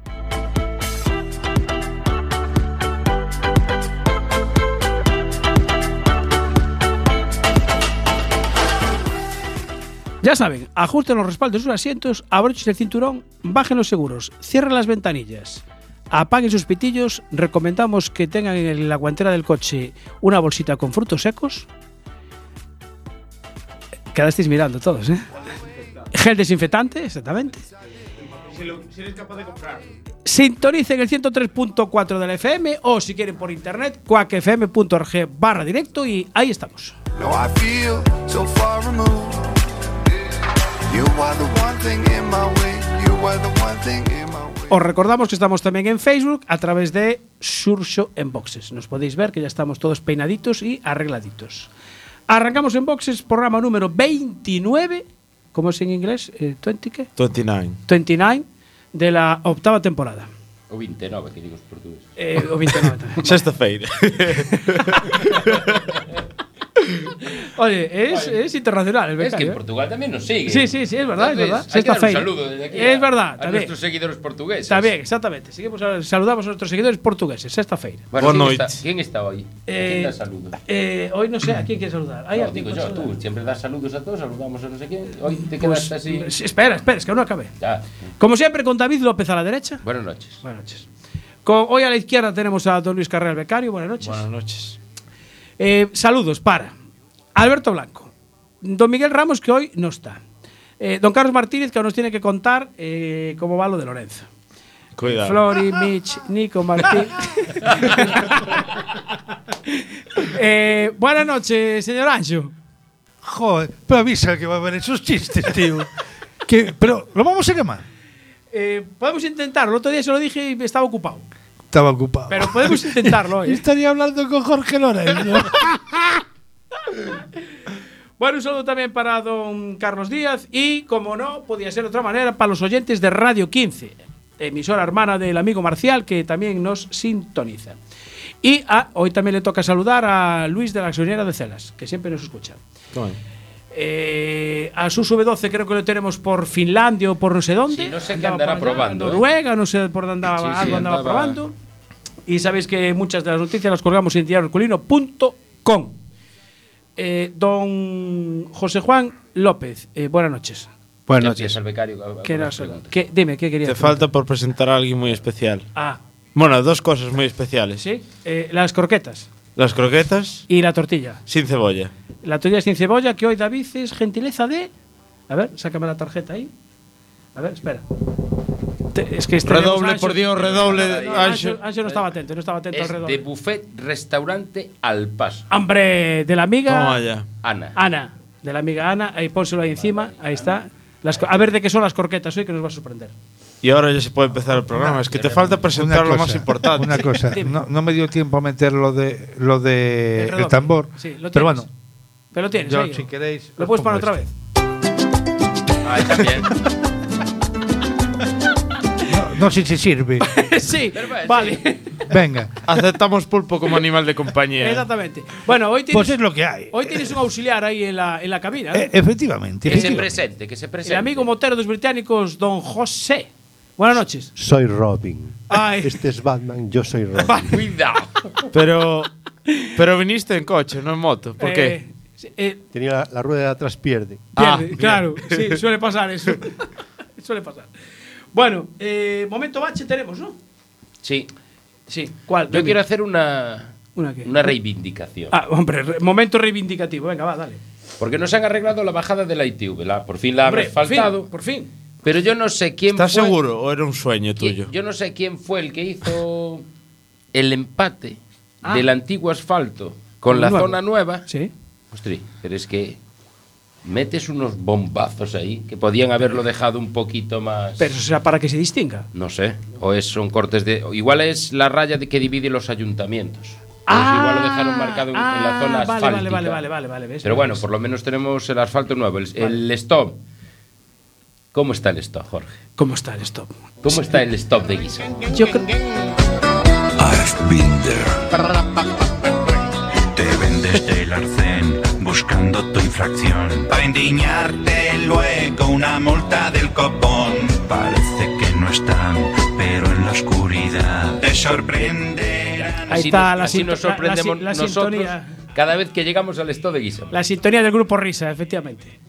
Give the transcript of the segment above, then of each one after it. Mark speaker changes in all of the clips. Speaker 1: Ya saben, ajusten los respaldos de sus asientos, abrochen el cinturón, bajen los seguros, cierren las ventanillas, apaguen sus pitillos, recomendamos que tengan en la guantera del coche una bolsita con frutos secos. Quedasteis mirando todos, ¿eh? Gel desinfectante, exactamente.
Speaker 2: Si, lo, si eres capaz de comprar.
Speaker 1: Sintonicen el 103.4 del FM o si quieren por internet, cuacfm.org barra directo y ahí estamos.
Speaker 3: Now I feel so far removed. You are the one thing in my way. You are the one thing in my way.
Speaker 1: Os recordamos que estamos también en Facebook a través de Surso en Boxes. Nos podéis ver que ya estamos todos peinaditos y arregladitos. Arrancamos en Boxes, programa número 29. ¿Cómo es en inglés? Eh, ¿20 qué?
Speaker 4: 29.
Speaker 1: 29 de la octava temporada.
Speaker 5: O 29, que digo os portugueses.
Speaker 1: Eh, o 29 tamén.
Speaker 4: Sexta-feira.
Speaker 1: Oye, es, es internacional el
Speaker 5: Es que
Speaker 1: becario.
Speaker 5: en
Speaker 1: eh.
Speaker 5: Portugal también nos sigue.
Speaker 1: Sí, sí, sí, es verdad, es
Speaker 5: Entonces,
Speaker 1: verdad.
Speaker 5: Hay que dar un
Speaker 1: Sexta-feira.
Speaker 5: saludo desde aquí.
Speaker 1: Es
Speaker 5: a-
Speaker 1: verdad,
Speaker 5: a
Speaker 1: también.
Speaker 5: nuestros seguidores portugueses.
Speaker 1: Está bien, exactamente. Seguimos a- saludamos a nuestros seguidores portugueses, esta feira.
Speaker 5: Bueno,
Speaker 4: Boa
Speaker 5: ¿quién
Speaker 4: noite.
Speaker 5: Está, ¿Quién está hoy?
Speaker 1: Eh,
Speaker 5: ¿Quién da saludos?
Speaker 1: Eh, hoy no sé a quién quiere saludar. Hay
Speaker 5: No,
Speaker 1: alguien
Speaker 5: digo
Speaker 1: para
Speaker 5: yo,
Speaker 1: saludar.
Speaker 5: tú siempre das saludos a todos, saludamos a no sé quién. Hoy te
Speaker 1: Pues,
Speaker 5: quedaste así.
Speaker 1: sí, Espera, espera, es que aún no acabé.
Speaker 5: Ya.
Speaker 1: Como siempre, con David López a la derecha.
Speaker 5: Buenas noches.
Speaker 1: Buenas noches. Con- hoy a la izquierda tenemos a don Luis Carrera, el becario. Buenas noches.
Speaker 4: Buenas noches.
Speaker 1: Eh, saludos para Alberto Blanco, don Miguel Ramos, que hoy no está. eh, don Carlos Martínez, que nos tiene que contar eh, cómo va lo de Lorenzo.
Speaker 4: Cuidado.
Speaker 1: Flori, Mitch, Nico, Martín. Eh, buenas noches, señor Ancho.
Speaker 6: Joder, pero avisa que va a haber esos chistes, tío. Que, pero lo vamos a quemar.
Speaker 1: Eh, podemos intentarlo. El otro día se lo dije y estaba ocupado.
Speaker 6: Estaba ocupado.
Speaker 1: Pero podemos intentarlo hoy. ¿eh?
Speaker 6: Estaría hablando con Jorge Lorenzo.
Speaker 1: Bueno, un saludo también para don Carlos Díaz y, como no, podía ser de otra manera, para los oyentes de Radio 15, emisora hermana del amigo Marcial, que también nos sintoniza. Y ah, hoy también le toca saludar a Luis de la Accionera de Celas, que siempre nos escucha.
Speaker 4: Toma.
Speaker 1: Eh, a Susu B12 creo que lo tenemos por Finlandia o por no sé dónde.
Speaker 5: Sí, no sé qué
Speaker 1: Andaba
Speaker 5: andará
Speaker 1: por allá,
Speaker 5: probando, ¿eh?
Speaker 1: Noruega, no sé por dónde andaba,
Speaker 5: Sí, sí,
Speaker 1: algo andaba,
Speaker 5: andaba-
Speaker 1: probando. Y sabéis que muchas de las noticias las colgamos en diarioculino.com. Eh, don José Juan López, eh, buenas noches.
Speaker 5: Ya
Speaker 6: Bueno,
Speaker 5: empieza el becario. a- a-
Speaker 1: ¿Qué
Speaker 5: con
Speaker 1: era
Speaker 5: las
Speaker 1: eso?
Speaker 5: preguntas.
Speaker 1: ¿Qué- dime, ¿qué querías?
Speaker 4: Te
Speaker 1: preguntar?
Speaker 4: falta por presentar a alguien muy especial.
Speaker 1: Ah,
Speaker 4: Bueno, dos cosas muy especiales.
Speaker 1: sí. eh, las corquetas
Speaker 4: Las croquetas
Speaker 1: y la tortilla.
Speaker 4: sin cebolla.
Speaker 1: La tortilla sin cebolla que hoy David es gentileza de. A ver, sácame la tarjeta ahí. A ver, espera. Te- es que este
Speaker 4: Redoble,
Speaker 1: tenemos a
Speaker 4: por
Speaker 1: Anxo-
Speaker 4: Dios, redoble,
Speaker 1: No,
Speaker 4: Anxo.
Speaker 1: Anxo- Anxo no estaba atento, no estaba atento al
Speaker 5: Es de
Speaker 1: redoble.
Speaker 5: buffet restaurante al paso.
Speaker 1: Hambre de
Speaker 4: Toma
Speaker 1: la amiga
Speaker 4: ya.
Speaker 5: Ana.
Speaker 1: Ana. De la amiga Ana. Ahí pónselo ahí encima. Ahí está. Las co- a ver de qué son las corquetas hoy que nos va a sorprender.
Speaker 4: Y ahora ya se puede empezar el programa. Es que te falta presentar lo más importante.
Speaker 6: Una cosa,
Speaker 1: Dime.
Speaker 6: no, no me dio tiempo a meter lo de lo de el,
Speaker 1: redoble.
Speaker 6: tambor.
Speaker 1: Sí, lo
Speaker 6: Eh, pero
Speaker 1: tienes.
Speaker 6: bueno,
Speaker 1: Pero lo tienes.
Speaker 6: Yo,
Speaker 1: ahí.
Speaker 6: si queréis,
Speaker 1: Lo
Speaker 6: os
Speaker 1: puedes poner
Speaker 6: pongo este.
Speaker 1: otra vez.
Speaker 6: esto.
Speaker 5: Ahí también.
Speaker 6: no, no sé si sirve.
Speaker 1: sí,
Speaker 5: va,
Speaker 1: vale.
Speaker 6: Venga,
Speaker 4: Aceptamos pulpo como animal de compañía.
Speaker 1: Exactamente. Bueno, hoy
Speaker 6: pues es
Speaker 1: tienes,
Speaker 6: lo que hay.
Speaker 1: hoy tienes un auxiliar ahí en la, en la cabina. ¿no?
Speaker 6: E- efectivamente.
Speaker 5: que se
Speaker 6: efectivamente.
Speaker 5: presente, que se presente.
Speaker 1: El amigo motero dos británicos, don José. Buenas noches.
Speaker 7: Soy Robin.
Speaker 1: Ay.
Speaker 7: Este es Batman, yo soy Robin.
Speaker 5: Cuidado.
Speaker 4: Pero, pero viniste en coche, no en moto. ¿Por qué?
Speaker 1: Eh, sí, eh,
Speaker 7: Tenía la, la rueda de atrás pierde.
Speaker 4: Ah,
Speaker 1: pierde,
Speaker 4: bien.
Speaker 1: claro, sí, suele pasar eso. suele pasar. Bueno, eh, momento bache tenemos, ¿no?
Speaker 5: Sí.
Speaker 1: Sí, ¿cuál?
Speaker 5: Yo
Speaker 1: Dime.
Speaker 5: quiero hacer una.
Speaker 1: ¿Una qué?
Speaker 5: Una reivindicación.
Speaker 1: Ah, hombre, re- momento reivindicativo. Venga, va, dale.
Speaker 5: Porque nos han arreglado la bajada de la ITV, la- por fin la han
Speaker 1: Hombre, por fin,
Speaker 5: asfaltado.
Speaker 1: por fin.
Speaker 5: Pero yo no sé quién
Speaker 4: ¿Estás
Speaker 5: fue-
Speaker 4: seguro o era un sueño
Speaker 5: quién-
Speaker 4: tuyo?
Speaker 5: Yo no sé quién fue el que hizo el empate
Speaker 1: Ah.
Speaker 5: del antiguo asfalto con
Speaker 1: El
Speaker 5: la
Speaker 1: nuevo.
Speaker 5: zona nueva.
Speaker 1: Sí.
Speaker 5: Ostri, pero es que metes unos bombazos ahí que podían haberlo dejado un poquito más.
Speaker 1: Pero eso será para que se distinga.
Speaker 5: no sé, o es, son cortes de. o Igual es la raya de que divide los ayuntamientos. Pues igual lo dejaron marcado en- en la zona
Speaker 1: ah, vale,
Speaker 5: asfáltica.
Speaker 1: Vale, vale, vale, vale, vale. ves,
Speaker 5: Pero bueno,
Speaker 1: ves.
Speaker 5: por lo menos tenemos el asfalto nuevo. El, el stop. ¿Cómo está el stop, Jorge?
Speaker 1: ¿Cómo está el stop?
Speaker 5: ¿Cómo está el stop de guiso?
Speaker 1: Yo creo.
Speaker 8: I've been there. Te ven desde el arcén buscando tu infracción. Para endiñarte luego una multa del copón. Parece que no están, pero en la oscuridad te sorprenderán.
Speaker 1: Ahí
Speaker 5: Así
Speaker 1: está
Speaker 5: nos-
Speaker 1: la
Speaker 5: así
Speaker 1: sinto-
Speaker 5: nos
Speaker 1: la- la
Speaker 5: sorprendemos
Speaker 1: sin- la
Speaker 5: nosotros
Speaker 1: sintonía.
Speaker 5: cada vez que llegamos al stop de guiso.
Speaker 1: La sintonía del grupo Risa, efectivamente.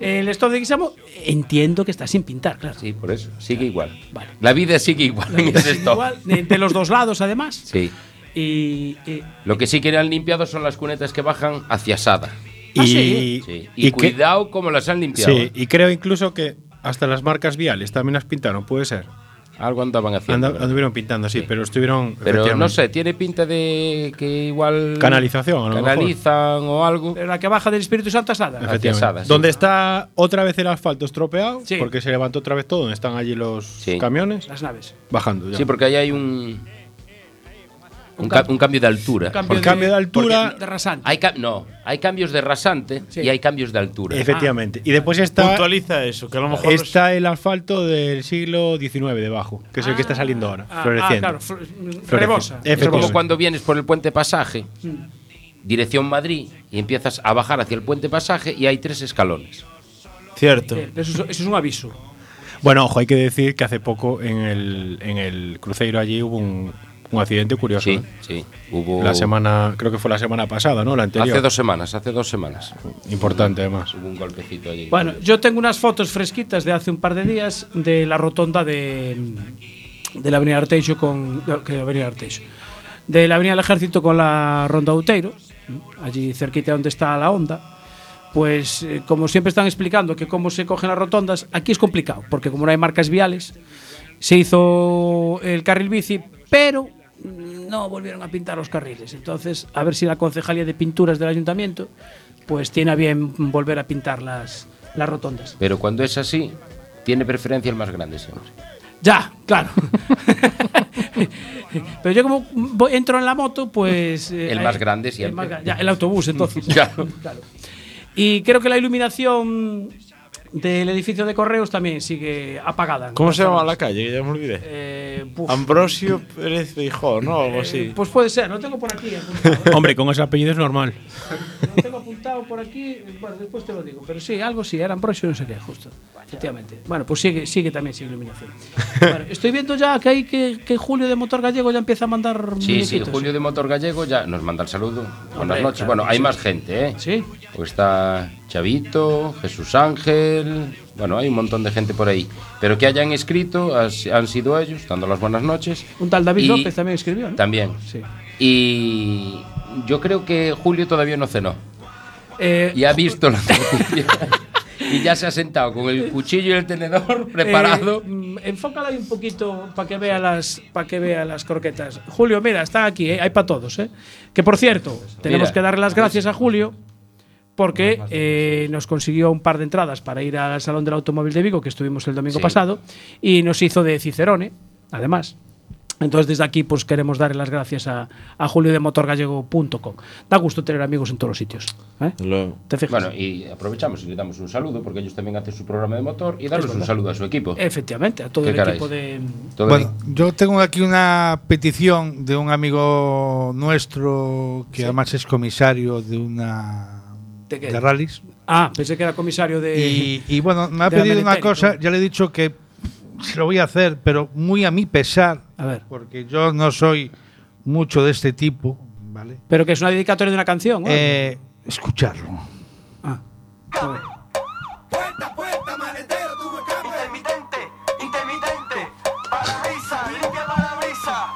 Speaker 1: El stop de Guisamo, entiendo que está sin pintar, claro.
Speaker 5: Sí, por eso. Sigue igual.
Speaker 1: Vale.
Speaker 5: La vida sigue igual en ese stop.
Speaker 1: Igual, de, de los dos lados, además.
Speaker 5: Sí.
Speaker 1: Y, y-
Speaker 5: Lo que sí que han limpiado son las cunetas que bajan hacia Sada.
Speaker 1: Ah,
Speaker 9: Y,
Speaker 5: Sí. Y,
Speaker 9: y que-
Speaker 5: cuidado como las han limpiado.
Speaker 9: sí, y creo incluso que hasta las marcas viales también las pintaron, puede ser.
Speaker 5: Algo andaban haciendo.
Speaker 9: Anda- anduvieron pintando, sí, pero estuvieron.
Speaker 5: Pero no
Speaker 9: efectivamente.
Speaker 5: sé, tiene pinta de que igual.
Speaker 9: Canalización, a lo mejor.
Speaker 5: Canalizan o algo.
Speaker 1: pero la que baja del Espíritu Santo es nada.
Speaker 9: Efectivamente.
Speaker 5: Sada, sí.
Speaker 9: Donde está otra vez el asfalto estropeado,
Speaker 1: Sí.
Speaker 9: porque se levantó otra vez todo, donde están allí los
Speaker 5: Sí.
Speaker 9: camiones,
Speaker 1: Las naves.
Speaker 9: bajando. Ya.
Speaker 5: Sí, porque ahí hay un. Un,
Speaker 1: Un
Speaker 5: ca-
Speaker 1: cam-
Speaker 5: un cambio de altura.
Speaker 9: Por cambio de altura,
Speaker 1: De rasante.
Speaker 5: Hay ca- no, hay cambios de rasante
Speaker 1: Sí.
Speaker 5: y hay cambios de altura.
Speaker 9: efectivamente. y después está,
Speaker 4: Ah, Puntualiza eso, que a lo mejor. los-
Speaker 9: está el asfalto del siglo XIX debajo, que es el que está saliendo ahora,
Speaker 1: Ah, ah,
Speaker 9: floreciendo.
Speaker 1: claro, fl- rebosa.
Speaker 9: Efectivamente.
Speaker 5: Es como cuando vienes por el puente pasaje,
Speaker 1: Mm.
Speaker 5: dirección Madrid, y empiezas a bajar hacia el puente pasaje y hay tres escalones.
Speaker 4: Cierto.
Speaker 1: Eh, Eso, es- eso es un aviso.
Speaker 9: Bueno, ojo, hay que decir que hace poco en el, en el crucero allí hubo un, un accidente curioso.
Speaker 5: Sí,
Speaker 9: ¿eh?
Speaker 5: sí. Hubo.
Speaker 9: La semana, creo que fue la semana pasada, ¿no? La anterior.
Speaker 5: Hace dos semanas, hace dos semanas.
Speaker 9: Importante, además.
Speaker 5: Hubo un golpecito allí.
Speaker 1: Bueno, yo tengo unas fotos fresquitas de hace un par de días de la rotonda de, de la Avenida Arteixo con no, que la Avenida Arteixo. De la Avenida del Ejército con la Ronda Outeiro, ¿no? allí cerquita donde está la onda. Pues eh, como siempre están explicando que cómo se cogen las rotondas, aquí es complicado, porque como no hay marcas viales, se hizo el carril bici, pero no volvieron a pintar los carriles. Entonces, a ver si la concejalía de pinturas del ayuntamiento pues tiene a bien volver a pintar las, las rotondas.
Speaker 5: Pero cuando es así, tiene preferencia el más grande siempre.
Speaker 1: Ya, claro. pero yo como voy- entro en la moto, pues... eh,
Speaker 5: El
Speaker 1: eh,
Speaker 5: más grande
Speaker 1: El,
Speaker 5: siempre.
Speaker 1: más gra- ya, el autobús, entonces.
Speaker 5: Claro.
Speaker 1: Claro. Y creo que la iluminación del edificio de correos también sigue apagada.
Speaker 4: ¿Cómo se llama la calle? Que ya me olvidé.
Speaker 1: Eh, buf.
Speaker 4: Ambrosio Pérez Feijó, ¿no? Algo
Speaker 1: Eh,
Speaker 4: así.
Speaker 1: pues puede ser, no tengo por aquí apuntado.
Speaker 9: Hombre, con ese apellido es normal.
Speaker 1: Lo tengo apuntado por aquí, bueno, después te lo digo, pero sí, algo sí, era Ambrosio, no sé qué, justo. Efectivamente. Bueno, pues sigue, sigue también sin iluminación. Bueno, estoy viendo ya que hay que, que Julio de Motor Gallego ya empieza a mandar
Speaker 5: Sí, sí,
Speaker 1: muñequitos.
Speaker 5: Julio de Motor Gallego ya nos manda el saludo. Buenas
Speaker 1: Hombre,
Speaker 5: noches.
Speaker 1: claro,
Speaker 5: bueno, hay
Speaker 1: sí.
Speaker 5: más gente, ¿eh?
Speaker 1: Sí.
Speaker 5: Pues está Chavito, Jesús Ángel. Bueno, hay un montón de gente por ahí. Pero que hayan escrito has- han sido ellos, dando las buenas noches.
Speaker 1: Un tal David
Speaker 5: Y-
Speaker 1: López también escribió, ¿no?
Speaker 5: También.
Speaker 1: Sí.
Speaker 5: Y yo creo que Julio todavía no cenó.
Speaker 1: Eh,
Speaker 5: Y ha visto la noticia. y ya se ha sentado con el cuchillo y el tenedor preparado.
Speaker 1: eh, mm, enfócala ahí un poquito para que vea las para que vea las croquetas. Julio, mira, está aquí, ¿eh? hay para todos, ¿eh? Que por cierto, tenemos
Speaker 5: Mira.
Speaker 1: que darle las gracias a Julio porque eh, nos consiguió un par de entradas para ir al Salón del Automóvil de Vigo que estuvimos el domingo
Speaker 5: Sí.
Speaker 1: pasado y nos hizo de Cicerone, además. Entonces desde aquí pues queremos darle las gracias a, a Julio de motorgallego.com. Da gusto tener amigos en todos los sitios. ¿eh?
Speaker 4: Lo-
Speaker 1: ¿Te fijas?
Speaker 5: Bueno, y aprovechamos y le damos un saludo, porque ellos también hacen su programa de motor, y darles un
Speaker 1: verdad. Eh,
Speaker 5: saludo a su equipo.
Speaker 1: Efectivamente, a todo
Speaker 5: ¿Qué
Speaker 1: el
Speaker 5: caráis?
Speaker 1: equipo de
Speaker 5: Todo
Speaker 10: Bueno, yo tengo aquí una petición de un amigo nuestro que además es comisario de una
Speaker 1: ¿De qué?
Speaker 10: de rallies.
Speaker 1: Ah, pensé que era comisario de
Speaker 10: Y, y bueno, me ha
Speaker 1: de la
Speaker 10: pedido una
Speaker 1: Military,
Speaker 10: cosa,
Speaker 1: ¿no?
Speaker 10: ya le he dicho que se lo voy a hacer, pero muy a mi pesar,
Speaker 1: A ver.
Speaker 10: porque yo no soy mucho de este tipo, ¿vale?
Speaker 1: Pero que es una dedicatoria de una canción. ¿o?
Speaker 10: Eh, escucharlo.
Speaker 1: Ah, a ver.
Speaker 8: Intermitente, intermitente, parabrisa, limpia parabrisa,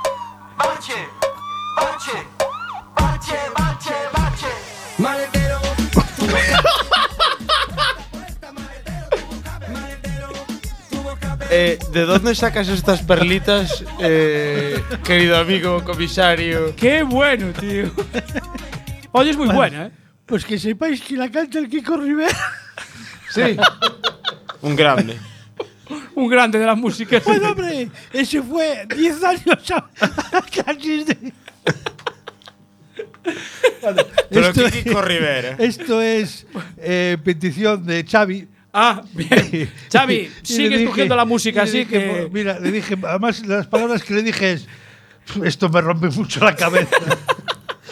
Speaker 8: bache, bache, bache, bache, bache. Maletero,
Speaker 11: eh, ¿de dónde sacas estas perlitas, eh, querido amigo comisario?
Speaker 1: ¡Qué bueno, tío! Oye, es muy buena, ¿eh?
Speaker 6: Pues que sepáis que la canta el Kiko Rivera.
Speaker 11: Sí.
Speaker 4: Un grande.
Speaker 1: Un grande de la música.
Speaker 6: Pues hombre, ese fue 10 años a- antes de- Bueno,
Speaker 4: Pero
Speaker 6: esto
Speaker 4: qué Kiko Rivera.
Speaker 6: Esto es eh, petición de Xavi.
Speaker 1: Ah, bien. Xavi,
Speaker 6: Y le
Speaker 1: sigue escogiendo la música,
Speaker 6: y le
Speaker 1: así
Speaker 6: dije,
Speaker 1: que-
Speaker 6: pues, Mira, le dije, además las palabras que le dije es, esto me rompe mucho la cabeza.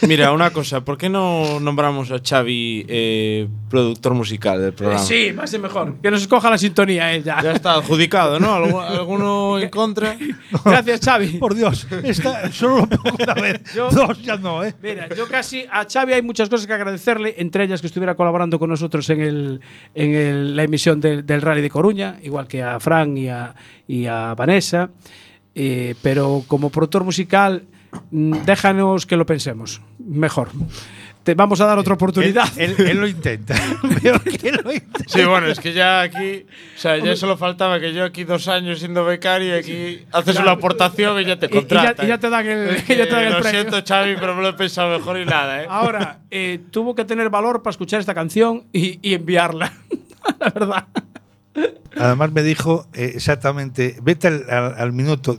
Speaker 4: Mira, una cosa, ¿por qué no nombramos a Xavi eh, productor musical del programa?
Speaker 1: Sí, va a ser mejor. Que nos escoja la sintonía, eh, ya.
Speaker 4: Ya está adjudicado, ¿no? Algu- ¿Alguno en contra?
Speaker 1: Gracias, Xavi.
Speaker 6: Por Dios, esta solo lo pongo una vez. Dos ya no, ¿eh?
Speaker 1: Mira, yo casi a Xavi hay muchas cosas que agradecerle, entre ellas que estuviera colaborando con nosotros en, el, en el- la emisión del, del Rally de Coruña, igual que a Fran y a, y a Vanessa. Eh, pero como productor musical, mm, déjanos que lo pensemos mejor. Te vamos a dar
Speaker 11: Eh,
Speaker 1: otra oportunidad.
Speaker 6: Él, él lo intenta. Veo que lo intenta.
Speaker 11: Sí, bueno, es que ya aquí, o sea, ya solo faltaba que yo aquí dos años siendo becario y aquí haces
Speaker 1: Ya.
Speaker 11: una aportación y ya te
Speaker 1: Y- y ya-
Speaker 11: contratan.
Speaker 1: y ya te dan el-
Speaker 11: Es
Speaker 1: y ya te
Speaker 11: que
Speaker 1: dan el
Speaker 11: lo
Speaker 1: premio.
Speaker 11: siento, Xavi, pero me lo he pensado mejor y nada, ¿eh?
Speaker 1: Ahora, eh, tuvo que tener valor para escuchar esta canción y, y enviarla. la verdad.
Speaker 6: Además me dijo eh, exactamente, vete al, al- al minuto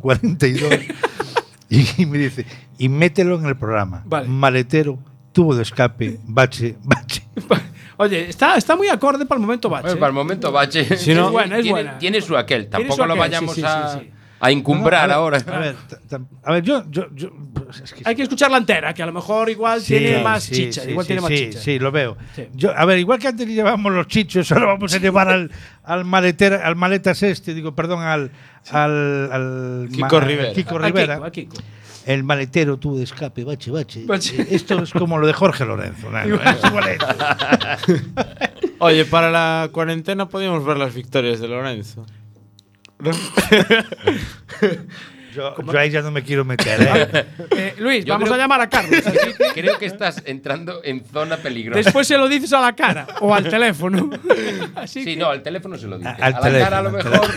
Speaker 6: 2,42 y, y me dice, y mételo en el programa.
Speaker 1: Vale.
Speaker 6: Maletero, tubo de escape, bache, bache.
Speaker 1: Oye, está, está muy acorde para el momento bache.
Speaker 5: Bueno, para el momento, Bache.
Speaker 6: Si no-
Speaker 5: tiene-
Speaker 6: Es buena, es
Speaker 5: tiene,
Speaker 6: buena.
Speaker 5: tiene su aquel. Tampoco
Speaker 6: su aquel,
Speaker 5: lo vayamos
Speaker 6: sí, sí,
Speaker 5: a,
Speaker 6: sí, sí.
Speaker 5: a encumbrar
Speaker 6: No, no, a ver,
Speaker 5: ahora.
Speaker 6: A ver, ta- tam- a ver, yo... yo, yo pues, es que
Speaker 1: Hay que escucharla entera, que a lo mejor igual tiene
Speaker 6: Sí,
Speaker 1: más
Speaker 6: sí,
Speaker 1: chicha.
Speaker 6: sí,
Speaker 1: igual
Speaker 6: sí,
Speaker 1: tiene más
Speaker 6: sí,
Speaker 1: chicha.
Speaker 6: Sí, lo veo.
Speaker 1: Sí.
Speaker 6: Yo, a ver, igual que antes llevábamos los chichos, ahora vamos a llevar al, al maletero, al maletas este, digo, perdón, al, al, al ma-
Speaker 4: Kiko Rivera.
Speaker 6: Kiko
Speaker 4: A
Speaker 6: Rivera.
Speaker 4: Kiko, a Kiko.
Speaker 6: El maletero tubo de escape, bache, bache.
Speaker 4: Bache.
Speaker 6: Eh, Esto es como lo de Jorge Lorenzo. nada, no, es igualito.
Speaker 4: Oye, para la cuarentena podíamos ver las victorias de Lorenzo.
Speaker 6: yo, yo ahí ya no me quiero meter. ¿eh?
Speaker 1: Eh, Luis,
Speaker 5: Yo
Speaker 1: vamos
Speaker 5: creo-
Speaker 1: a llamar a Carlos.
Speaker 5: Creo que estás entrando en zona peligrosa.
Speaker 1: Después se lo dices a la cara o al teléfono. Así
Speaker 5: sí,
Speaker 1: que-
Speaker 5: no, al teléfono se lo dice.
Speaker 6: Al
Speaker 5: a la
Speaker 6: teléfono,
Speaker 5: cara a lo
Speaker 6: al
Speaker 5: mejor.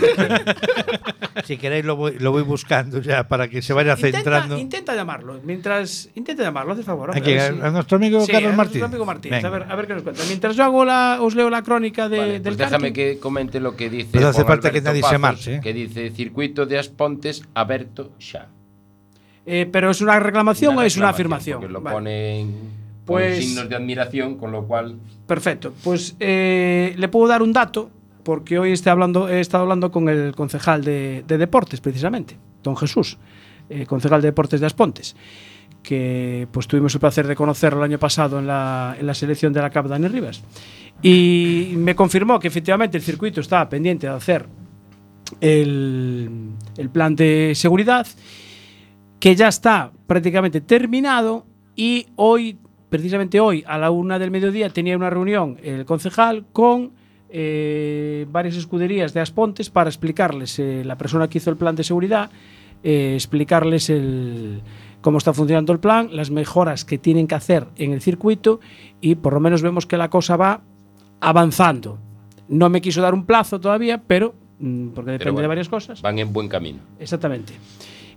Speaker 6: si queréis lo voy, lo voy buscando ya para que se vaya
Speaker 1: Intenta,
Speaker 6: centrando.
Speaker 1: intenta llamarlo. Mientras. Intenta llamarlo, hace favor.
Speaker 6: ¿A
Speaker 1: hombre,
Speaker 6: quién?
Speaker 1: a ver si-
Speaker 6: ¿A nuestro amigo
Speaker 1: Sí,
Speaker 6: Carlos
Speaker 1: a
Speaker 6: Martínez?
Speaker 1: nuestro amigo Martínez.
Speaker 6: Venga.
Speaker 1: A ver, a ver qué nos cuenta. Mientras yo hago la, os leo la crónica de, del
Speaker 5: Pues déjame
Speaker 1: karting.
Speaker 5: que comente lo que dice.
Speaker 6: Pero Pues hace
Speaker 5: Juan
Speaker 6: falta que
Speaker 5: Alberto
Speaker 6: nadie se
Speaker 5: Pazos,
Speaker 6: marche, ¿eh?
Speaker 5: Que dice circuito de Aspontes Aberto xa.
Speaker 1: Eh, pero es una reclamación o es una afirmación.
Speaker 5: Porque lo
Speaker 1: Vale.
Speaker 5: ponen
Speaker 1: Pues-
Speaker 5: con signos de admiración, con lo cual.
Speaker 1: Perfecto. Pues eh, le puedo dar un dato, porque hoy estoy hablando, he estado hablando con el concejal de, de deportes, precisamente, don Jesús, eh, concejal de deportes de Aspontes, que pues tuvimos el placer de conocerlo el año pasado en la, en la selección de la CAP Dani Rivas. Y me confirmó que efectivamente el circuito estaba pendiente de hacer el, el plan de seguridad, que ya está prácticamente terminado y hoy, precisamente hoy, a la una del mediodía, tenía una reunión el concejal con eh, varias escuderías de Aspontes para explicarles, eh, la persona que hizo el plan de seguridad, eh, explicarles el, cómo está funcionando el plan, las mejoras que tienen que hacer en el circuito y por lo menos vemos que la cosa va avanzando. No me quiso dar un plazo todavía, pero mm, porque depende
Speaker 5: Pero bueno,
Speaker 1: de varias cosas.
Speaker 5: Van en buen camino.
Speaker 1: Exactamente.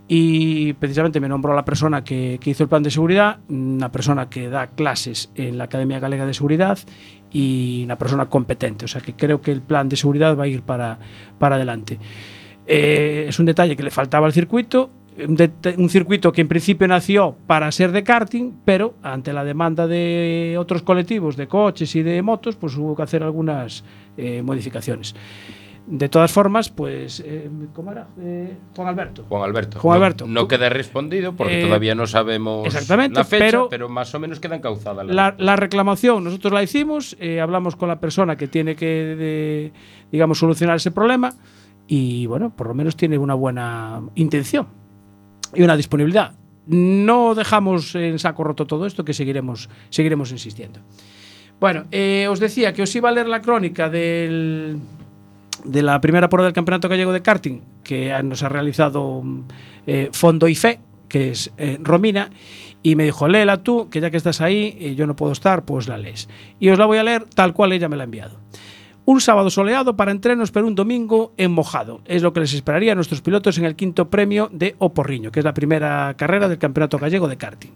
Speaker 1: Y precisamente me nombró a la persona que, que hizo el plan de seguridad, una persona que da clases en la Academia Galega de Seguridad y una persona competente. O sea que creo que el plan de seguridad va a ir para, para adelante. Eh, es un detalle que le faltaba al circuito, un, deta- un circuito que en principio nació para ser de karting, pero ante la demanda de otros colectivos de coches y de motos, pues hubo que hacer algunas eh, modificaciones. De todas formas, pues, eh, ¿cómo era? Eh, Juan Alberto.
Speaker 5: Juan Alberto.
Speaker 1: Juan
Speaker 5: No-
Speaker 1: Alberto.
Speaker 5: No, queda respondido porque
Speaker 1: Eh,
Speaker 5: todavía no sabemos
Speaker 1: exactamente,
Speaker 5: la fecha,
Speaker 1: pero-
Speaker 5: pero, más o menos queda encauzada la,
Speaker 1: La, la reclamación nosotros la hicimos, eh, hablamos con la persona que tiene que, de- digamos, solucionar ese problema y, bueno, por lo menos tiene una buena intención y una disponibilidad. No dejamos en saco roto todo esto, que seguiremos, seguiremos insistiendo. Bueno, eh, os decía que os iba a leer la crónica del, de la primera prueba del Campeonato Gallego de Karting que ha- nos ha realizado mm, eh, Fondo IFE, que es eh, Romina, y me dijo, léela tú, que ya que estás ahí, eh, yo no puedo estar, pues la lees. Y os la voy a leer tal cual ella me la ha enviado. Un sábado soleado para entrenos, pero un domingo en mojado. Es lo que les esperaría a nuestros pilotos en el quinto premio de Oporriño, que es la primera carrera del Campeonato Gallego de Karting.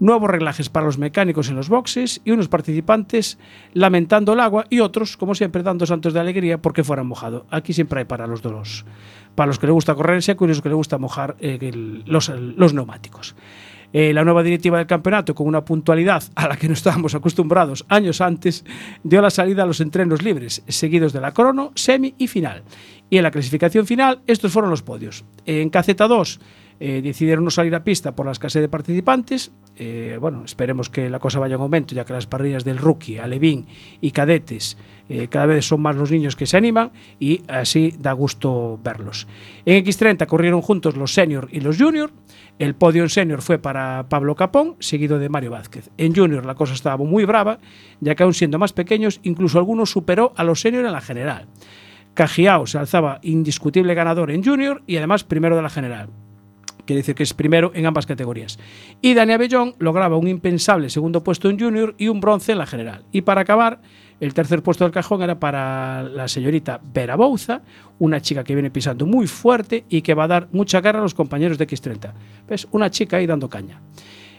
Speaker 1: Nuevos reglajes para los mecánicos en los boxes y unos participantes lamentando el agua y otros, como siempre, dando santos de alegría porque fueran mojado. Aquí siempre hay para los dos. Para los que les gusta correr en seco y los que les gusta mojar eh, el- los- los neumáticos. Eh, la nueva directiva del campeonato, con una puntualidad a la que no estábamos acostumbrados años antes, dio la salida a los entrenos libres, seguidos de la crono, semi y final. Y en la clasificación final, estos fueron los podios. En Caceta 2 eh, decidieron no salir a pista por la escasez de participantes. Eh, bueno, esperemos que la cosa vaya en aumento, ya que las parrillas del rookie, alevín y cadetes eh, cada vez son más los niños que se animan y así da gusto verlos. En X30 corrieron juntos los senior y los junior. El podio en senior fue para Pablo Capón, seguido de Mario Vázquez. En junior la cosa estaba muy brava, ya que aún siendo más pequeños, incluso algunos superó a los senior en la general. Cajiao se alzaba indiscutible ganador en junior y además primero de la general. Quiere decir que es primero en ambas categorías. Y Dani Abellón lograba un impensable segundo puesto en junior y un bronce en la general. Y para acabar, el tercer puesto del cajón era para la señorita Vera Bouza, una chica que viene pisando muy fuerte y que va a dar mucha guerra a los compañeros de X30. ¿Ves? Una chica ahí dando caña.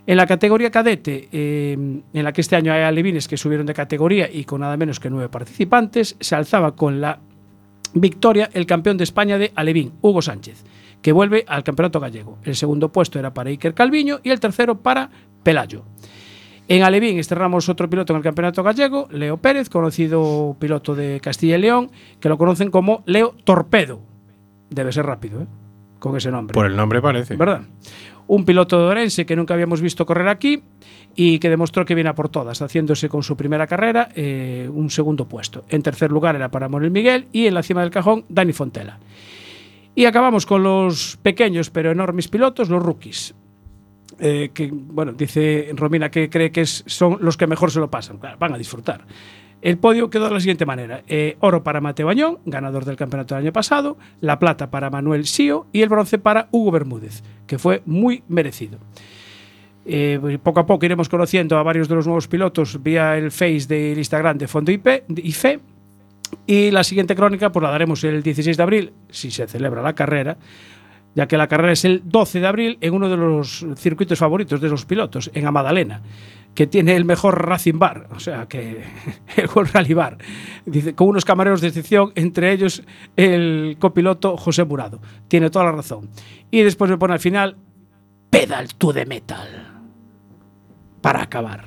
Speaker 1: En la categoría cadete, eh, en la que este año hay alevines que subieron de categoría y con nada menos que nueve participantes, se alzaba con la victoria el campeón de España de Alevín, Hugo Sánchez, que vuelve al campeonato gallego. El segundo puesto era para Iker Calviño y el tercero para Pelayo. En Alevín estrenamos otro piloto en el campeonato gallego, Leo Pérez, conocido piloto de Castilla y León, que lo conocen como Leo Torpedo. Debe ser rápido, ¿eh? Con ese nombre.
Speaker 12: Por el nombre parece.
Speaker 1: ¿Verdad? Un piloto de Orense que nunca habíamos visto correr aquí y que demostró que viene a por todas, haciéndose con su primera carrera eh, un segundo puesto. En tercer lugar era para Manuel Miguel y en la cima del cajón Dani Fontela. Y acabamos con los pequeños pero enormes pilotos, los rookies. Eh, que, bueno, dice Romina que cree que es- son los que mejor se lo pasan. Claro, van a disfrutar. El podio quedó de la siguiente manera: Eh, oro para Mateo Añón, ganador del campeonato del año pasado, la plata para Manuel Sio y el bronce para Hugo Bermúdez, que fue muy merecido. Eh, poco a poco iremos conociendo a varios de los nuevos pilotos vía el face del Instagram de Fondo IP, de E, IFE. Y la siguiente crónica pues la daremos el 16 de abril, si se celebra la carrera, ya que la carrera es el 12 de abril en uno de los circuitos favoritos de los pilotos, en Amadalena, que tiene el mejor Racing Bar, o sea, que el World Rally Bar, dice, con unos camareros de excepción, entre ellos el copiloto José Murado. Tiene toda la razón. Y después me pone al final, pedal to the metal, para acabar.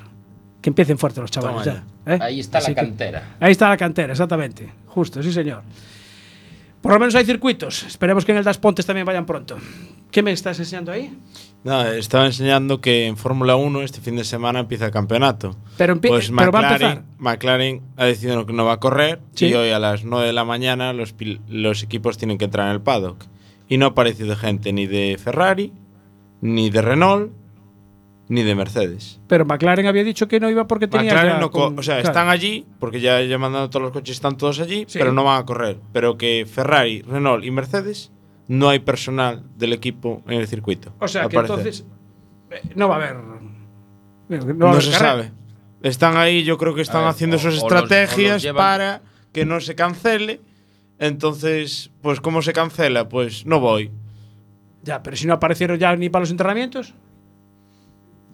Speaker 1: Que empiecen fuerte los chavales
Speaker 5: Toma
Speaker 1: ya, ¿eh?
Speaker 5: Ahí está
Speaker 1: Así
Speaker 5: la
Speaker 1: que-
Speaker 5: cantera.
Speaker 1: Ahí está la cantera, exactamente. Justo, sí, señor. Por lo menos hay circuitos. Esperemos que en el Das Pontes también vayan pronto. ¿Qué me estás enseñando ahí?
Speaker 9: No, estaba enseñando que en Fórmula 1 este fin de semana empieza el campeonato.
Speaker 1: Pero empie- eh,
Speaker 9: pues
Speaker 1: pero va a
Speaker 9: McLaren,
Speaker 1: empezar.
Speaker 9: McLaren ha decidido que no va a correr
Speaker 1: Sí.
Speaker 9: y hoy a las 9 de la mañana los, pil- los equipos tienen que entrar en el paddock. Y no ha aparecido gente ni de Ferrari, ni de Renault, ni de Mercedes.
Speaker 1: Pero McLaren había dicho que no iba porque tenía.
Speaker 9: McLaren
Speaker 1: ya
Speaker 9: no co-
Speaker 1: con-
Speaker 9: o sea,
Speaker 1: claro.
Speaker 9: están allí porque ya, ya mandando todos los coches, están todos allí,
Speaker 1: Sí.
Speaker 9: pero no van a correr. Pero que Ferrari, Renault y Mercedes no hay personal del equipo en el circuito.
Speaker 1: O sea,
Speaker 9: al
Speaker 1: que
Speaker 9: parecer.
Speaker 1: entonces. eh, No va a haber. No,
Speaker 9: No,
Speaker 1: va a haber
Speaker 9: se
Speaker 1: carrera.
Speaker 9: sabe. Están ahí, yo creo que están
Speaker 1: ver,
Speaker 9: haciendo
Speaker 1: o- o
Speaker 9: sus
Speaker 1: los- o los
Speaker 9: estrategias
Speaker 1: llevan-
Speaker 9: para que no se cancele. Entonces, pues ¿cómo se cancela? Pues no voy.
Speaker 1: Ya, pero si no aparecieron ya ni para los entrenamientos.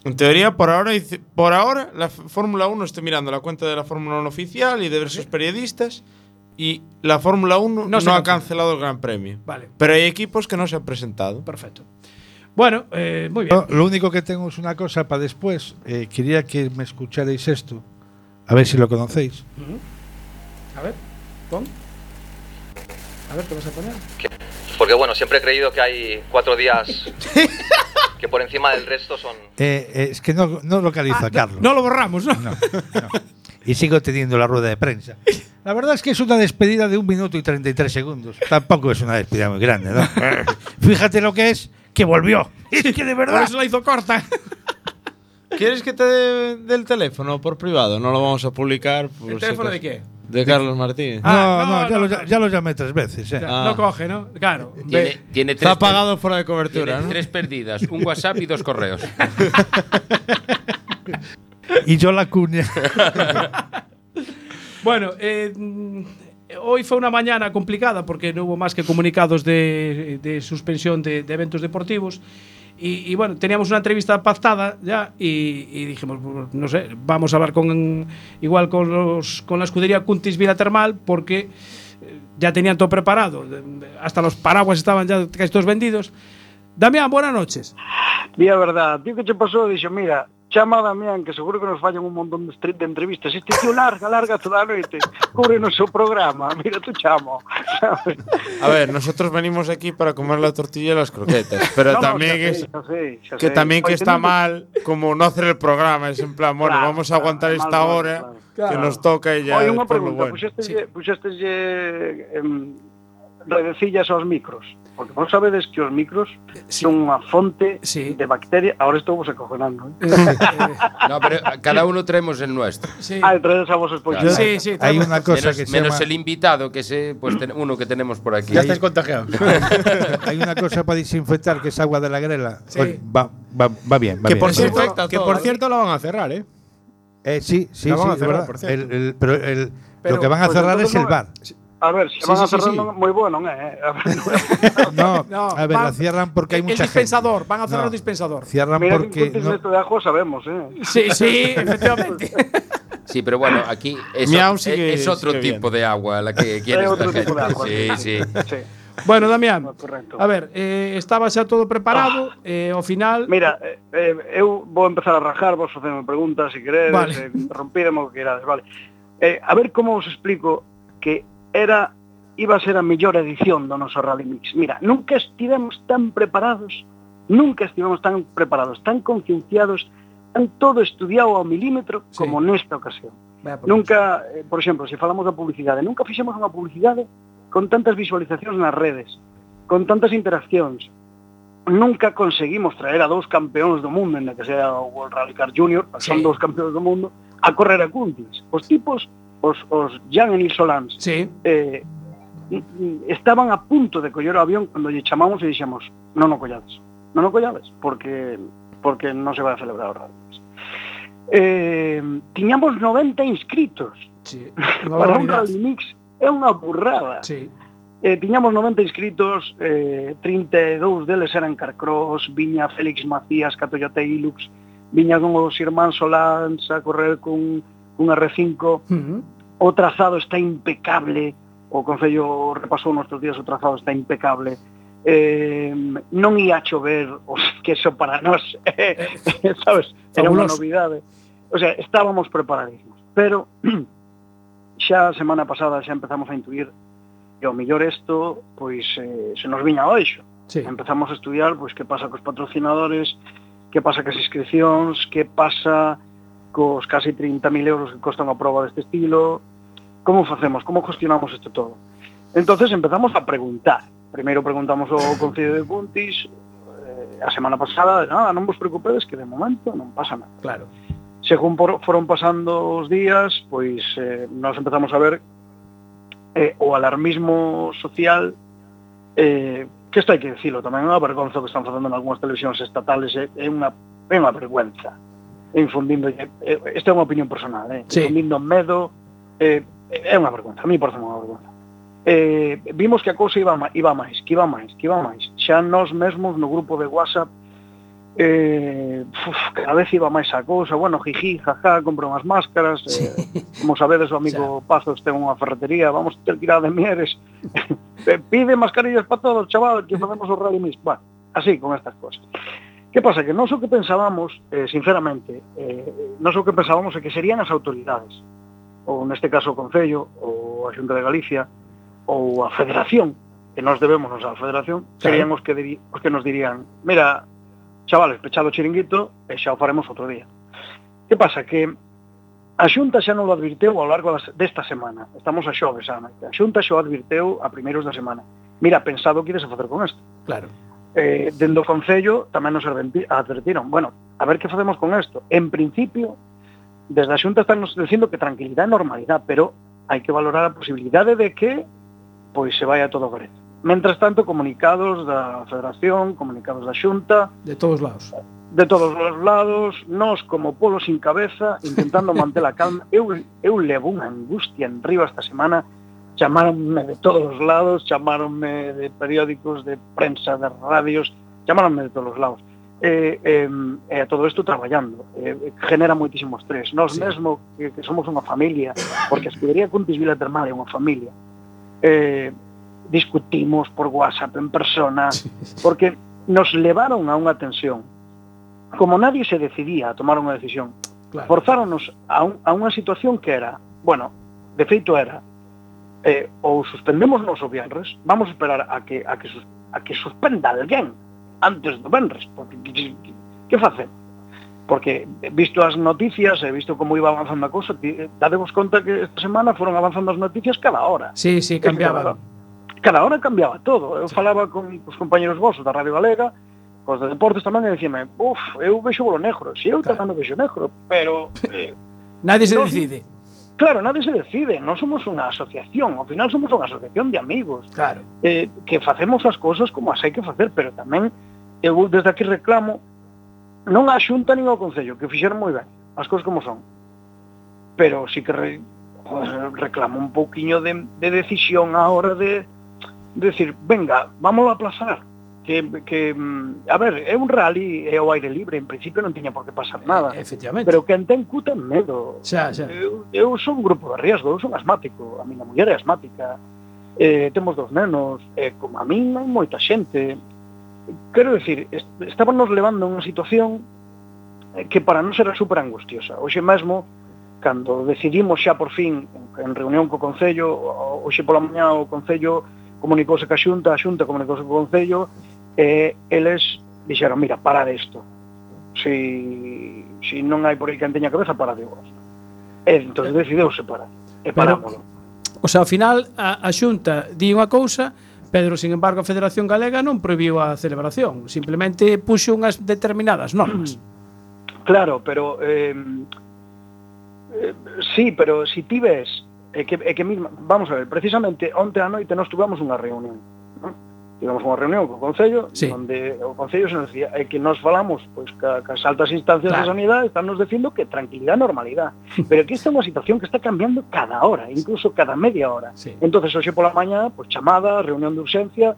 Speaker 9: En teoría, por ahora, dice- por ahora la F- Fórmula 1 estoy mirando la cuenta de la Fórmula 1 oficial y de diversos periodistas y la Fórmula 1
Speaker 1: No
Speaker 9: no,
Speaker 1: se
Speaker 9: ha
Speaker 1: cancela.
Speaker 9: cancelado el Gran Premio.
Speaker 1: Vale.
Speaker 9: Pero hay equipos que no se han presentado.
Speaker 1: Perfecto. Bueno, eh, muy bien.
Speaker 6: Yo, Lo único que tengo es una cosa para después. Eh, quería que me escucharais esto, a ver si lo conocéis.
Speaker 1: A ver, pon. A ver, ¿qué vas a poner?
Speaker 8: Porque bueno, siempre he creído que hay cuatro días que por encima del resto son...
Speaker 6: Eh, eh, es que no, no localizo a Carlos.
Speaker 1: No lo borramos, ¿no?
Speaker 6: Ah. no. Y sigo teniendo la rueda de prensa. La verdad es que es una despedida de un minuto y 33 segundos. Tampoco es una despedida muy grande, ¿no? Fíjate lo que es, que volvió. Es que de verdad.
Speaker 1: Por eso la hizo corta.
Speaker 9: ¿Quieres que te dé el teléfono por privado? No lo vamos a publicar. por
Speaker 1: ¿El
Speaker 9: si
Speaker 1: teléfono de
Speaker 9: acaso.
Speaker 1: qué? Ah.
Speaker 9: De Carlos Martínez.
Speaker 6: Ah, no, no, ya, lo, ya lo llamé tres veces. eh.
Speaker 1: Ya, No coge, ¿no? Claro.
Speaker 5: Tiene,
Speaker 1: ve.
Speaker 5: tiene
Speaker 6: Está
Speaker 5: tres
Speaker 6: apagado
Speaker 5: per-
Speaker 6: fuera de cobertura,
Speaker 5: tiene
Speaker 6: ¿no?
Speaker 5: Tres perdidas, un WhatsApp y dos correos.
Speaker 6: Y yo la cuña.
Speaker 1: Bueno, eh, mm, hoy fue una mañana complicada porque no hubo más que comunicados de, de suspensión de, de eventos deportivos. Y, y bueno, teníamos una entrevista pactada ya y, y dijimos, "Bueno, no sé, vamos a hablar con igual con, los, con la escudería Cuntis Vila Termal porque eh, ya tenían todo preparado. Hasta los paraguas estaban ya casi todos vendidos. Damián, buenas noches.
Speaker 12: Di a verdad, tío que che pasou, dixo, mira, chama a Damián, que seguro que nos fallan un montón de, estre- de entrevistas. Este tío larga, larga toda a noite, cubre no seu programa, mira, tú chamo. sabes?
Speaker 4: A ver, nosotros venimos aquí para comer la tortilla y las croquetas, pero
Speaker 12: No, no,
Speaker 4: también
Speaker 12: xa
Speaker 4: es
Speaker 12: sei, xa sei, xa
Speaker 4: que
Speaker 12: sei.
Speaker 4: también que
Speaker 12: Oye,
Speaker 4: está
Speaker 12: tenemos-
Speaker 4: mal como no hacer el programa, es en plan, bueno,
Speaker 12: Claro,
Speaker 4: vamos a aguantar
Speaker 12: claro,
Speaker 4: esta
Speaker 12: mal, mal,
Speaker 4: hora
Speaker 12: claro.
Speaker 4: que
Speaker 12: Claro.
Speaker 4: nos toca y ya
Speaker 12: Oye,
Speaker 4: después lo
Speaker 12: unha pregunta, pues
Speaker 4: bueno.
Speaker 12: puxestelle, puxestelle em, redecillas aos micros? Porque vos sabedes que os micros
Speaker 6: Eh,
Speaker 12: son unha fonte de bacteria. Ahora estou vos acojonando. Eh?
Speaker 5: No, pero cada uno traemos el nuestro.
Speaker 12: Ah, traedes a vosos pois.
Speaker 5: Claro.
Speaker 6: Hay una cosa
Speaker 5: menos,
Speaker 6: que se
Speaker 5: menos
Speaker 6: llama-
Speaker 5: el invitado, que es eh, pues, ten- uno que tenemos por aquí.
Speaker 6: Ya estáis
Speaker 5: contagiado.
Speaker 6: Hay una cosa para desinfectar que es agua de la grela.
Speaker 5: Sí.
Speaker 6: Oye, Va, va, va bien, va
Speaker 9: Que
Speaker 6: bien.
Speaker 9: por, cierto, que por cierto la van a cerrar, ¿eh?
Speaker 6: Eh, sí, sí, sí,
Speaker 9: La van a
Speaker 6: es
Speaker 9: cerrar,
Speaker 6: verdad.
Speaker 9: por cierto.
Speaker 6: El- el- pero el-
Speaker 9: Pero,
Speaker 6: lo que van a
Speaker 9: pues,
Speaker 6: cerrar
Speaker 9: entonces
Speaker 6: es el
Speaker 9: no-
Speaker 6: bar.
Speaker 12: A ver,
Speaker 6: Sí,
Speaker 12: se van a
Speaker 6: sí, sí,
Speaker 12: cerrar
Speaker 6: sí.
Speaker 12: non- moi bo, non é? A ver, non é?
Speaker 6: No,
Speaker 12: No,
Speaker 6: a ver,
Speaker 12: van-
Speaker 6: la cierran porque hay
Speaker 12: el
Speaker 6: mucha
Speaker 1: dispensador,
Speaker 6: gente.
Speaker 1: van a cerrar
Speaker 6: No,
Speaker 1: el dispensador.
Speaker 6: Cierran
Speaker 12: Mira que
Speaker 6: porque
Speaker 12: en
Speaker 6: no-
Speaker 12: Cortes de ajo sabemos, eh.
Speaker 1: Sí, sí, efectivamente.
Speaker 5: Sí, pero bueno, aquí es,
Speaker 1: Miau
Speaker 5: o-
Speaker 1: sigue-
Speaker 5: es otro
Speaker 1: sigue
Speaker 5: tipo de agua la que quiere esta
Speaker 12: Es otro tipo de ¿eh?
Speaker 5: gente.
Speaker 12: agua,
Speaker 5: Sí, sí.
Speaker 1: Bueno,
Speaker 6: Ah,
Speaker 1: Damián, a ver, eh, estaba xa todo preparado, eh, ao final...
Speaker 12: Mira, eh, eh, eu vou empezar a rajar, vos facedme preguntas se queredes,
Speaker 1: Vale.
Speaker 12: eh, rompídeme o que querades, vale. Eh, a ver como vos explico que era iba a ser a mellor edición do noso Rally Mix. Mira, nunca estivemos tan preparados, nunca estivemos tan preparados, tan concienciados, tan todo estudiado ao milímetro como nesta ocasión. Nunca, eh, por exemplo, se falamos da publicidade, nunca fixemos unha publicidade con tantas visualizacións nas redes, con tantas interaccións. Nunca conseguimos traer a dous campeóns do mundo, en que sea o World Rally Car Junior, sí. son dous campeóns do mundo, a correr a Cuntis. Os tipos, os, os Jan e Nils Solans,
Speaker 1: sí.
Speaker 12: eh, n- n- estaban a punto de coller o avión cando lle chamamos e dixemos non o collades, non o collades, porque porque non se vai a celebrar o rally. Eh, tiñamos 90 inscritos
Speaker 1: sí,
Speaker 12: para un
Speaker 1: barbaridade.
Speaker 12: rally mix é unha burrada.
Speaker 1: Sí.
Speaker 12: Eh, tiñamos 90 inscritos, eh, 32 deles eran Carcross, viña Félix Macías, Catollate Ilux, viña con os irmáns Solans a correr cun, cun R5, o trazado está impecable, o Concello repasou nostros días, o trazado está impecable, eh, non ia chover, o que eso para nós, eh, sabes, era unha
Speaker 13: Fabuloso.
Speaker 12: novidade. O sea, estábamos preparadísimos, pero xa a semana pasada xa empezamos a intuir que ao mellor isto pois eh, se nos viña ao eixo.
Speaker 1: Sí.
Speaker 12: Empezamos a estudiar pois que pasa cos patrocinadores, que pasa cas inscripcións, que pasa cos casi 30.000 euros que costa unha proba deste estilo, como facemos, como gestionamos isto todo. Entonces empezamos a preguntar. Primeiro preguntamos ao Concello de Puntis, eh, a semana pasada, nada, non vos preocupedes que de momento non pasa nada.
Speaker 1: Claro.
Speaker 12: Según por, foron pasando os días, pois eh, nós empezamos a ver eh, o alarmismo social eh, que isto hai que dicilo tamén é unha vergonza o que están facendo en algunhas televisións estatales eh, é, é unha é unha vergüenza E infundindo eh, eh, esta é unha opinión personal eh,
Speaker 1: Sí.
Speaker 12: infundindo medo eh, é unha vergüenza a mí parece unha vergüenza eh, vimos que a cousa iba, ma- iba máis que iba máis que iba máis xa nós mesmos no grupo de WhatsApp eh, uf, cada vez iba máis a cousa, bueno, jiji, jaja, compro unhas máscaras, eh, como sabedes o amigo Pazos ten unha ferretería, vamos ter que ir a de Mieres, Eh, pide mascarillas para todos, chaval, que facemos o rally mismo, bueno, así, con estas cosas. Que pasa? Que nós o que pensábamos, eh, sinceramente, eh, nós o que pensábamos é que serían as autoridades, ou neste caso o Concello, ou a Xunta de Galicia, ou a Federación, que nós debémonos á Federación, serían os que, diri- os que nos dirían, mira, chavales, pechado o chiringuito e xa o faremos outro día. Que pasa? Que a Xunta xa non lo advirteu ao largo das- desta semana. Estamos a xoves, Ana. A Xunta xa o advirteu a primeiros da semana. Mira, pensado que ides a facer con isto.
Speaker 1: Claro.
Speaker 12: Eh, dentro do Concello tamén nos adventi- advertiron. Bueno, a ver que facemos con isto. En principio, desde a Xunta están nos dicindo que tranquilidade e normalidade, pero hai que valorar a posibilidade de que pois se vai a todo Grecia. Mentras tanto, comunicados da Federación, comunicados da Xunta,
Speaker 1: De todos lados.
Speaker 12: de todos os lados, nós como polo sin cabeza, intentando manter a calma. Eu, eu levo unha angustia en río esta semana, chamaronme de todos os lados, chamaronme de periódicos, de prensa, de radios, chamaronme de todos os lados. Eh, eh, eh, todo isto traballando eh, genera moitísimo estrés nós sí. mesmo que, que somos unha familia porque a escudería Cuntis Vila Termal é unha familia eh, discutimos por WhatsApp en persona, porque nos levaron a unha tensión. Como nadie se decidía a tomar unha decisión,
Speaker 1: Claro.
Speaker 12: forzáronos a, un, a unha situación que era, bueno, de feito era, eh, ou suspendemos nos o viernes, vamos a esperar a que, a que, sus, a que suspenda alguén antes do viernes, porque que, que, que facemos? Porque visto as noticias e visto como iba avanzando a cousa, ti- eh, dadevos conta que esta semana foron avanzando as noticias cada hora.
Speaker 1: Sí, sí, cambiaban.
Speaker 12: Cada hora cambiaba todo. Eu falaba con os compañeros vosos da Radio Galega, cos de deportes tamén, e dicíame, uf, eu vexo bolo negro. Si eu claro. tamén o vexo negro, pero... Eh,
Speaker 1: Nadie se
Speaker 12: nós-
Speaker 1: decide.
Speaker 12: Claro, nadie se decide. Non somos unha asociación. Ao final somos unha asociación de amigos.
Speaker 1: Claro.
Speaker 12: Eh, que facemos as cousas como as hai que facer, pero tamén eu desde aquí reclamo non a xunta nin ao Concello, que fixeron moi ben as cousas como son. Pero sí que re, pues, reclamo un pouquiño de, de decisión a hora de, de decir, venga, vamos a aplazar. Que, que, mm, a ver, é un rally, é o aire libre, en principio non tiña por que pasar nada.
Speaker 1: Eh, Efectivamente.
Speaker 12: Pero quen ten cu ten medo.
Speaker 1: Xa, xa.
Speaker 12: Eu, eu son un grupo de riesgo, eu son asmático, a miña muller é asmática, eh, temos dos nenos, eh, como a min hai moita xente. Quero decir, est estábamos levando a unha situación eh, que para nós era super angustiosa. Hoxe mesmo, cando decidimos xa por fin, en reunión co Concello, o- hoxe pola mañá o Concello comunicouse ca Xunta, a Xunta comunicouse co Concello, e eles dixeron, mira, parade isto. Si, si non hai por aí quen teña cabeza, parade vos. E entón decideu separar. E parámoslo.
Speaker 1: O sea, ao final a, a Xunta di unha cousa, Pedro, sin embargo, a Federación Galega non prohibiu a celebración, simplemente puxo unhas determinadas normas.
Speaker 12: Mm. Claro, pero eh, eh, sí, pero si ti ves é que, é que misma, vamos a ver, precisamente onte a noite nós tuvamos unha reunión non? tivemos unha reunión co Concello
Speaker 1: Sí.
Speaker 12: onde o Concello se nos decía é que nos falamos pois, ca, cas altas instancias claro. de sanidade están nos dicindo que tranquilidad, normalidad pero que esta é unha situación que está cambiando cada hora incluso cada media hora
Speaker 1: sí.
Speaker 12: entonces hoxe pola mañá, pois, chamada, reunión de urxencia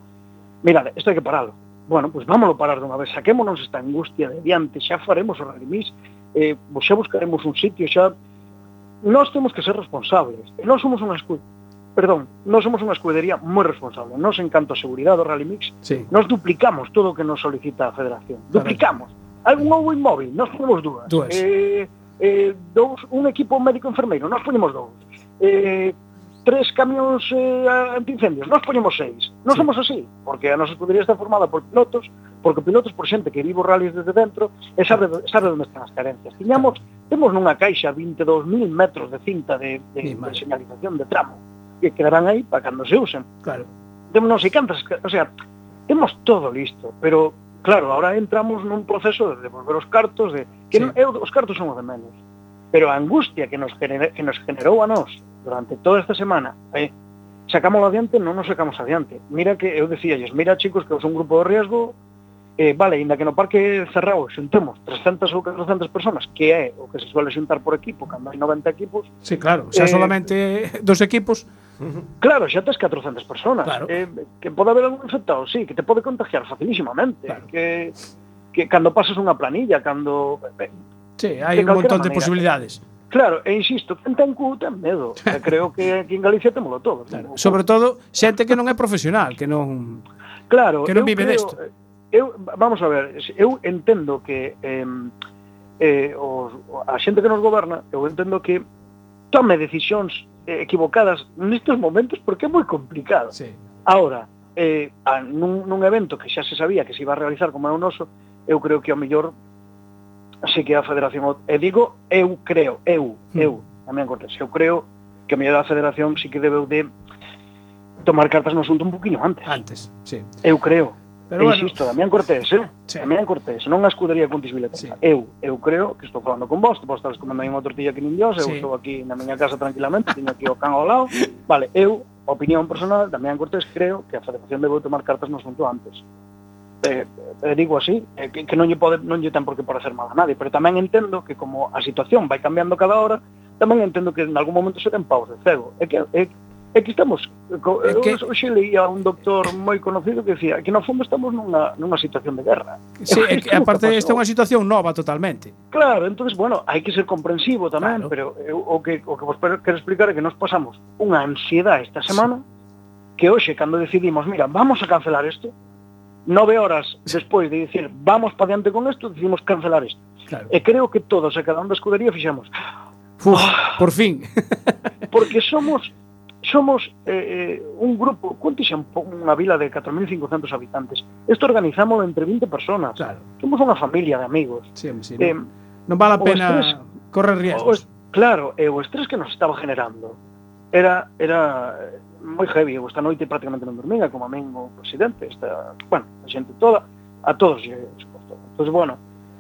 Speaker 12: mirade, isto hai que paralo. Bueno, pois vámoslo parar dunha vez, saquémonos esta angustia de diante, xa faremos o relimís, eh, bo- xa buscaremos un sitio, xa... Nós temos que ser responsables, e nós somos unha escu... Perdón, nós somos unha escudería moi responsable. Nós, en canto a seguridade do Rally Mix,
Speaker 1: Sí.
Speaker 12: nós duplicamos todo o que nos solicita a Federación. Duplicamos. Hai un ovo inmóvil, nós ponemos dúas.
Speaker 1: Dúas.
Speaker 12: Eh, eh, dous, un equipo médico enfermeiro, nós ponemos dous. Eh, tres camións eh, antiincendios, nós ponemos seis. Non sí. somos así, porque a nosa escudería está formada por pilotos, porque pilotos por xente que vivo rallies desde dentro e sabe, sabe onde están as carencias. Tiñamos, temos nunha caixa 22.000 metros de cinta de, de, de señalización de tramo que quedarán aí para cando se usen.
Speaker 1: Claro.
Speaker 12: Temos non sei cantas, ca- o sea, temos todo listo, pero claro, ahora entramos nun proceso de devolver os cartos, de que sí. non, eu, os cartos son os de menos, pero a angustia que nos, genera, que nos generou a nós durante toda esta semana, eh, sacámoslo adiante, non nos sacamos adiante. Mira que eu dicíalles, mira chicos que eu son un grupo de riesgo, eh, vale, inda que no parque cerrado xuntemos 300 ou 400 personas, que é o que se suele xuntar por equipo, cando hai 90 equipos,
Speaker 1: Sí, claro, xa
Speaker 12: Eh,
Speaker 1: solamente dos equipos.
Speaker 12: Claro, xa tes 400 personas.
Speaker 1: Claro.
Speaker 12: Eh, que pode haber algún infectado, sí, que te pode contagiar facilísimamente. Claro. Que, que cando pasas unha planilla, cando...
Speaker 1: Sí, hai un montón de posibilidades.
Speaker 12: Claro, e insisto, quen ten cu ten medo. E creo que aquí en Galicia temolo todo. Claro,
Speaker 1: Sobre todo xente que non é profesional, que non
Speaker 12: claro
Speaker 1: que non
Speaker 12: eu
Speaker 1: vive
Speaker 12: creo- eh,
Speaker 1: desto.
Speaker 12: Eu, vamos a ver, eu entendo que eh, eh, os, a xente que nos goberna, eu entendo que tome decisións eh, equivocadas nestes momentos porque é moi complicado.
Speaker 1: Sí.
Speaker 12: Ahora, eh, a, nun, nun evento que xa se sabía que se iba a realizar como é un oso, eu creo que ao mellor así que a Federación o- e digo eu creo, eu, eu, a mí cortes, eu creo que a mellor a Federación sí que debeu de tomar cartas no asunto un poquinho antes.
Speaker 1: Antes, sí.
Speaker 12: Eu creo.
Speaker 1: Pero
Speaker 12: Pero
Speaker 1: bueno.
Speaker 12: bueno. Insisto, Damián Cortés, eh? Sí. Damián Cortés, non a escudería Contis Viletas. Sí. Eu, eu creo que estou falando con vos, vos estás comendo aí unha tortilla que nin Dios, eu
Speaker 1: Sí.
Speaker 12: estou aquí na miña casa tranquilamente, teño aquí o can ao lado. Vale, eu, opinión personal, Damián Cortés, creo que a Federación debeu tomar cartas no asunto antes. eh, eh, digo así, eh, que, que non lle pode non lle ten por que parecer mal a nadie, pero tamén entendo que como a situación vai cambiando cada hora, tamén entendo que en algún momento se den paus de cego. É que é, é que estamos co, é que... hoxe leía a un doctor moi conocido que decía que no fondo estamos nunha nunha situación de guerra.
Speaker 1: Sí, é que,
Speaker 12: nunca
Speaker 1: aparte
Speaker 12: pasou.
Speaker 1: esta é unha situación nova totalmente.
Speaker 12: Claro, entonces, bueno, hai que ser comprensivo tamén, claro. pero eu, o que o que vos pero- quero explicar é que nos pasamos unha ansiedade esta semana que hoxe cando decidimos, mira, vamos a cancelar isto, nove horas despois de dicir vamos para diante con isto, decidimos cancelar isto.
Speaker 1: Claro.
Speaker 12: E creo que todos a cada un da escudería fixemos.
Speaker 1: Uf,
Speaker 12: oh.
Speaker 1: por fin.
Speaker 12: Porque somos somos eh, eh, un grupo, conte xa un po- unha vila de 4.500 habitantes. Isto organizámoslo entre 20 personas.
Speaker 1: Claro.
Speaker 12: Somos unha familia de amigos.
Speaker 1: Sí, sí,
Speaker 12: Eh,
Speaker 1: non, non vale a
Speaker 12: o
Speaker 1: pena
Speaker 12: estrés-
Speaker 1: correr
Speaker 12: o
Speaker 1: riesgos.
Speaker 12: es- claro, e o estrés que nos estaba generando era era eh, moi heavy, eu esta noite prácticamente non dormía, como a min o presidente, esta, bueno, a xente toda, a todos, eh, suposto. Entón, bueno,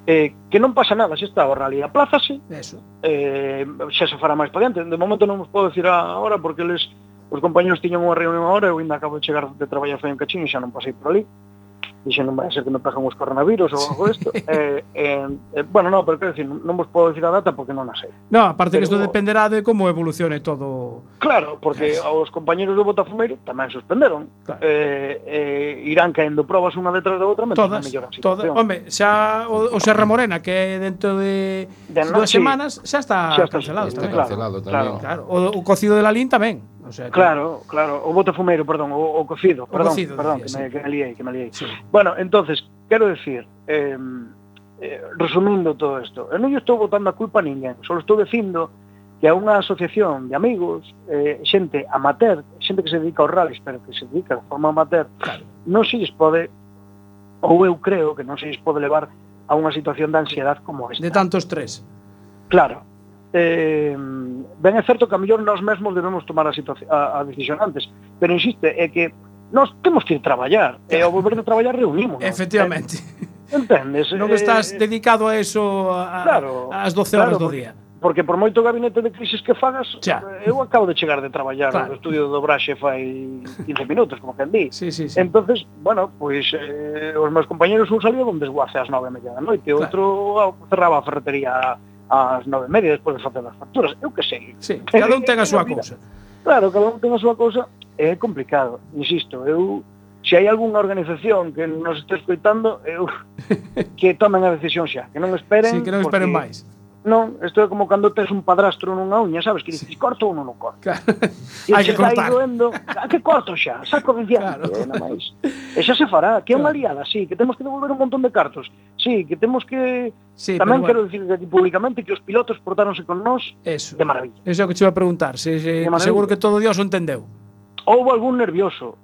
Speaker 12: eh, que non pasa nada, se está o rally aplázase,
Speaker 1: Eso.
Speaker 12: eh, xa se fará máis para diante. De momento non vos podo decir agora porque les os compañeros tiñan unha reunión agora, eu ainda acabo de chegar de traballar foi un cachín e xa non pasei por ali. E xa non vai ser que me pegan os coronavirus ou algo isto. eh, eh, eh, bueno, non, pero quero decir, non vos podo decir a data porque non a sei.
Speaker 1: No, aparte que isto
Speaker 12: Pero-
Speaker 1: dependerá de como evolucione todo.
Speaker 12: Claro, porque aos compañeros do Botafumeiro tamén suspenderon. Eh, eh, irán caendo probas unha detrás da outra, mentre
Speaker 1: Todas,
Speaker 12: non melloran a
Speaker 1: todas.
Speaker 12: situación.
Speaker 1: Home, xa o, o Serra Morena que é dentro de,
Speaker 12: De no-
Speaker 1: dúas
Speaker 12: sí.
Speaker 1: semanas xa está,
Speaker 12: Xa está
Speaker 1: cancelado tamén.
Speaker 12: suspendido, claro, Cancelado tamén. claro.
Speaker 1: claro. O, o cocido de la Lin tamén. O sea, que-
Speaker 12: Claro, claro, o botafumeiro, perdón, o, o cocido, perdón,
Speaker 1: cocido,
Speaker 12: perdón,
Speaker 1: decía, sí.
Speaker 12: que, me, que me liei, que me liei. Bueno, entonces, quero decir, eh, eh, resumindo todo isto, eu non lle estou botando a culpa a ninguén, só estou dicindo que a unha asociación de amigos, eh, xente amateur, xente que se dedica aos rallies, pero que se dedica de forma amateur, non se lles pode, ou eu creo que non se lles pode levar a unha situación de ansiedade como esta.
Speaker 1: de tanto estrés.
Speaker 12: Claro. Eh, ben é certo que a mellor nós mesmos debemos tomar a, situaci- a, a decisión antes, pero insiste, é que nós temos que ir traballar, e ao volver de traballar reunimos.
Speaker 1: Efectivamente.
Speaker 12: eh, Entendes?
Speaker 1: Non estás dedicado a eso a,
Speaker 12: eh, claro,
Speaker 1: ás 12 horas do
Speaker 12: porque-
Speaker 1: día.
Speaker 12: Porque por moito gabinete de crisis que fagas,
Speaker 1: Xa.
Speaker 12: eu acabo de chegar de traballar
Speaker 1: Claro.
Speaker 12: claro. no estudio do Braxe fai 15 minutos, como que di.
Speaker 1: Sí, sí, sí.
Speaker 12: Entonces, bueno, pois eh, os meus compañeros un salía con desguace ás 9 e media da noite,
Speaker 1: Claro.
Speaker 12: outro ao- cerraba a ferretería ás 9 e media despois de facer as facturas, eu que sei.
Speaker 1: Sí, cada un ten a súa cousa.
Speaker 12: Claro, cada un ten a súa cousa, é complicado, insisto, eu se hai algunha organización que nos este escoitando, eu que tomen a decisión xa, que non
Speaker 1: Sí,
Speaker 12: esperen,
Speaker 1: que non esperen
Speaker 12: porque-
Speaker 1: máis.
Speaker 12: Non, isto é como cando tes un padrastro nunha uña, sabes, que dices, corto ou non o corto.
Speaker 1: Claro.
Speaker 12: E
Speaker 1: Hai
Speaker 12: se
Speaker 1: que
Speaker 12: vai
Speaker 1: cortar.
Speaker 12: doendo, a que corto xa, saco de diante, claro. máis. E xa se fará, que é unha liada, sí, que temos que devolver un montón de cartos, sí, que temos que...
Speaker 1: Sí,
Speaker 12: Tamén
Speaker 1: pero bueno.
Speaker 12: quero dicir que aquí públicamente que os pilotos portáronse con nós
Speaker 1: Eso.
Speaker 12: de maravilla.
Speaker 1: Eso é o que che iba a preguntar, se, se
Speaker 12: De maravilla.
Speaker 1: seguro que todo Dios o entendeu.
Speaker 12: Houve algún nervioso,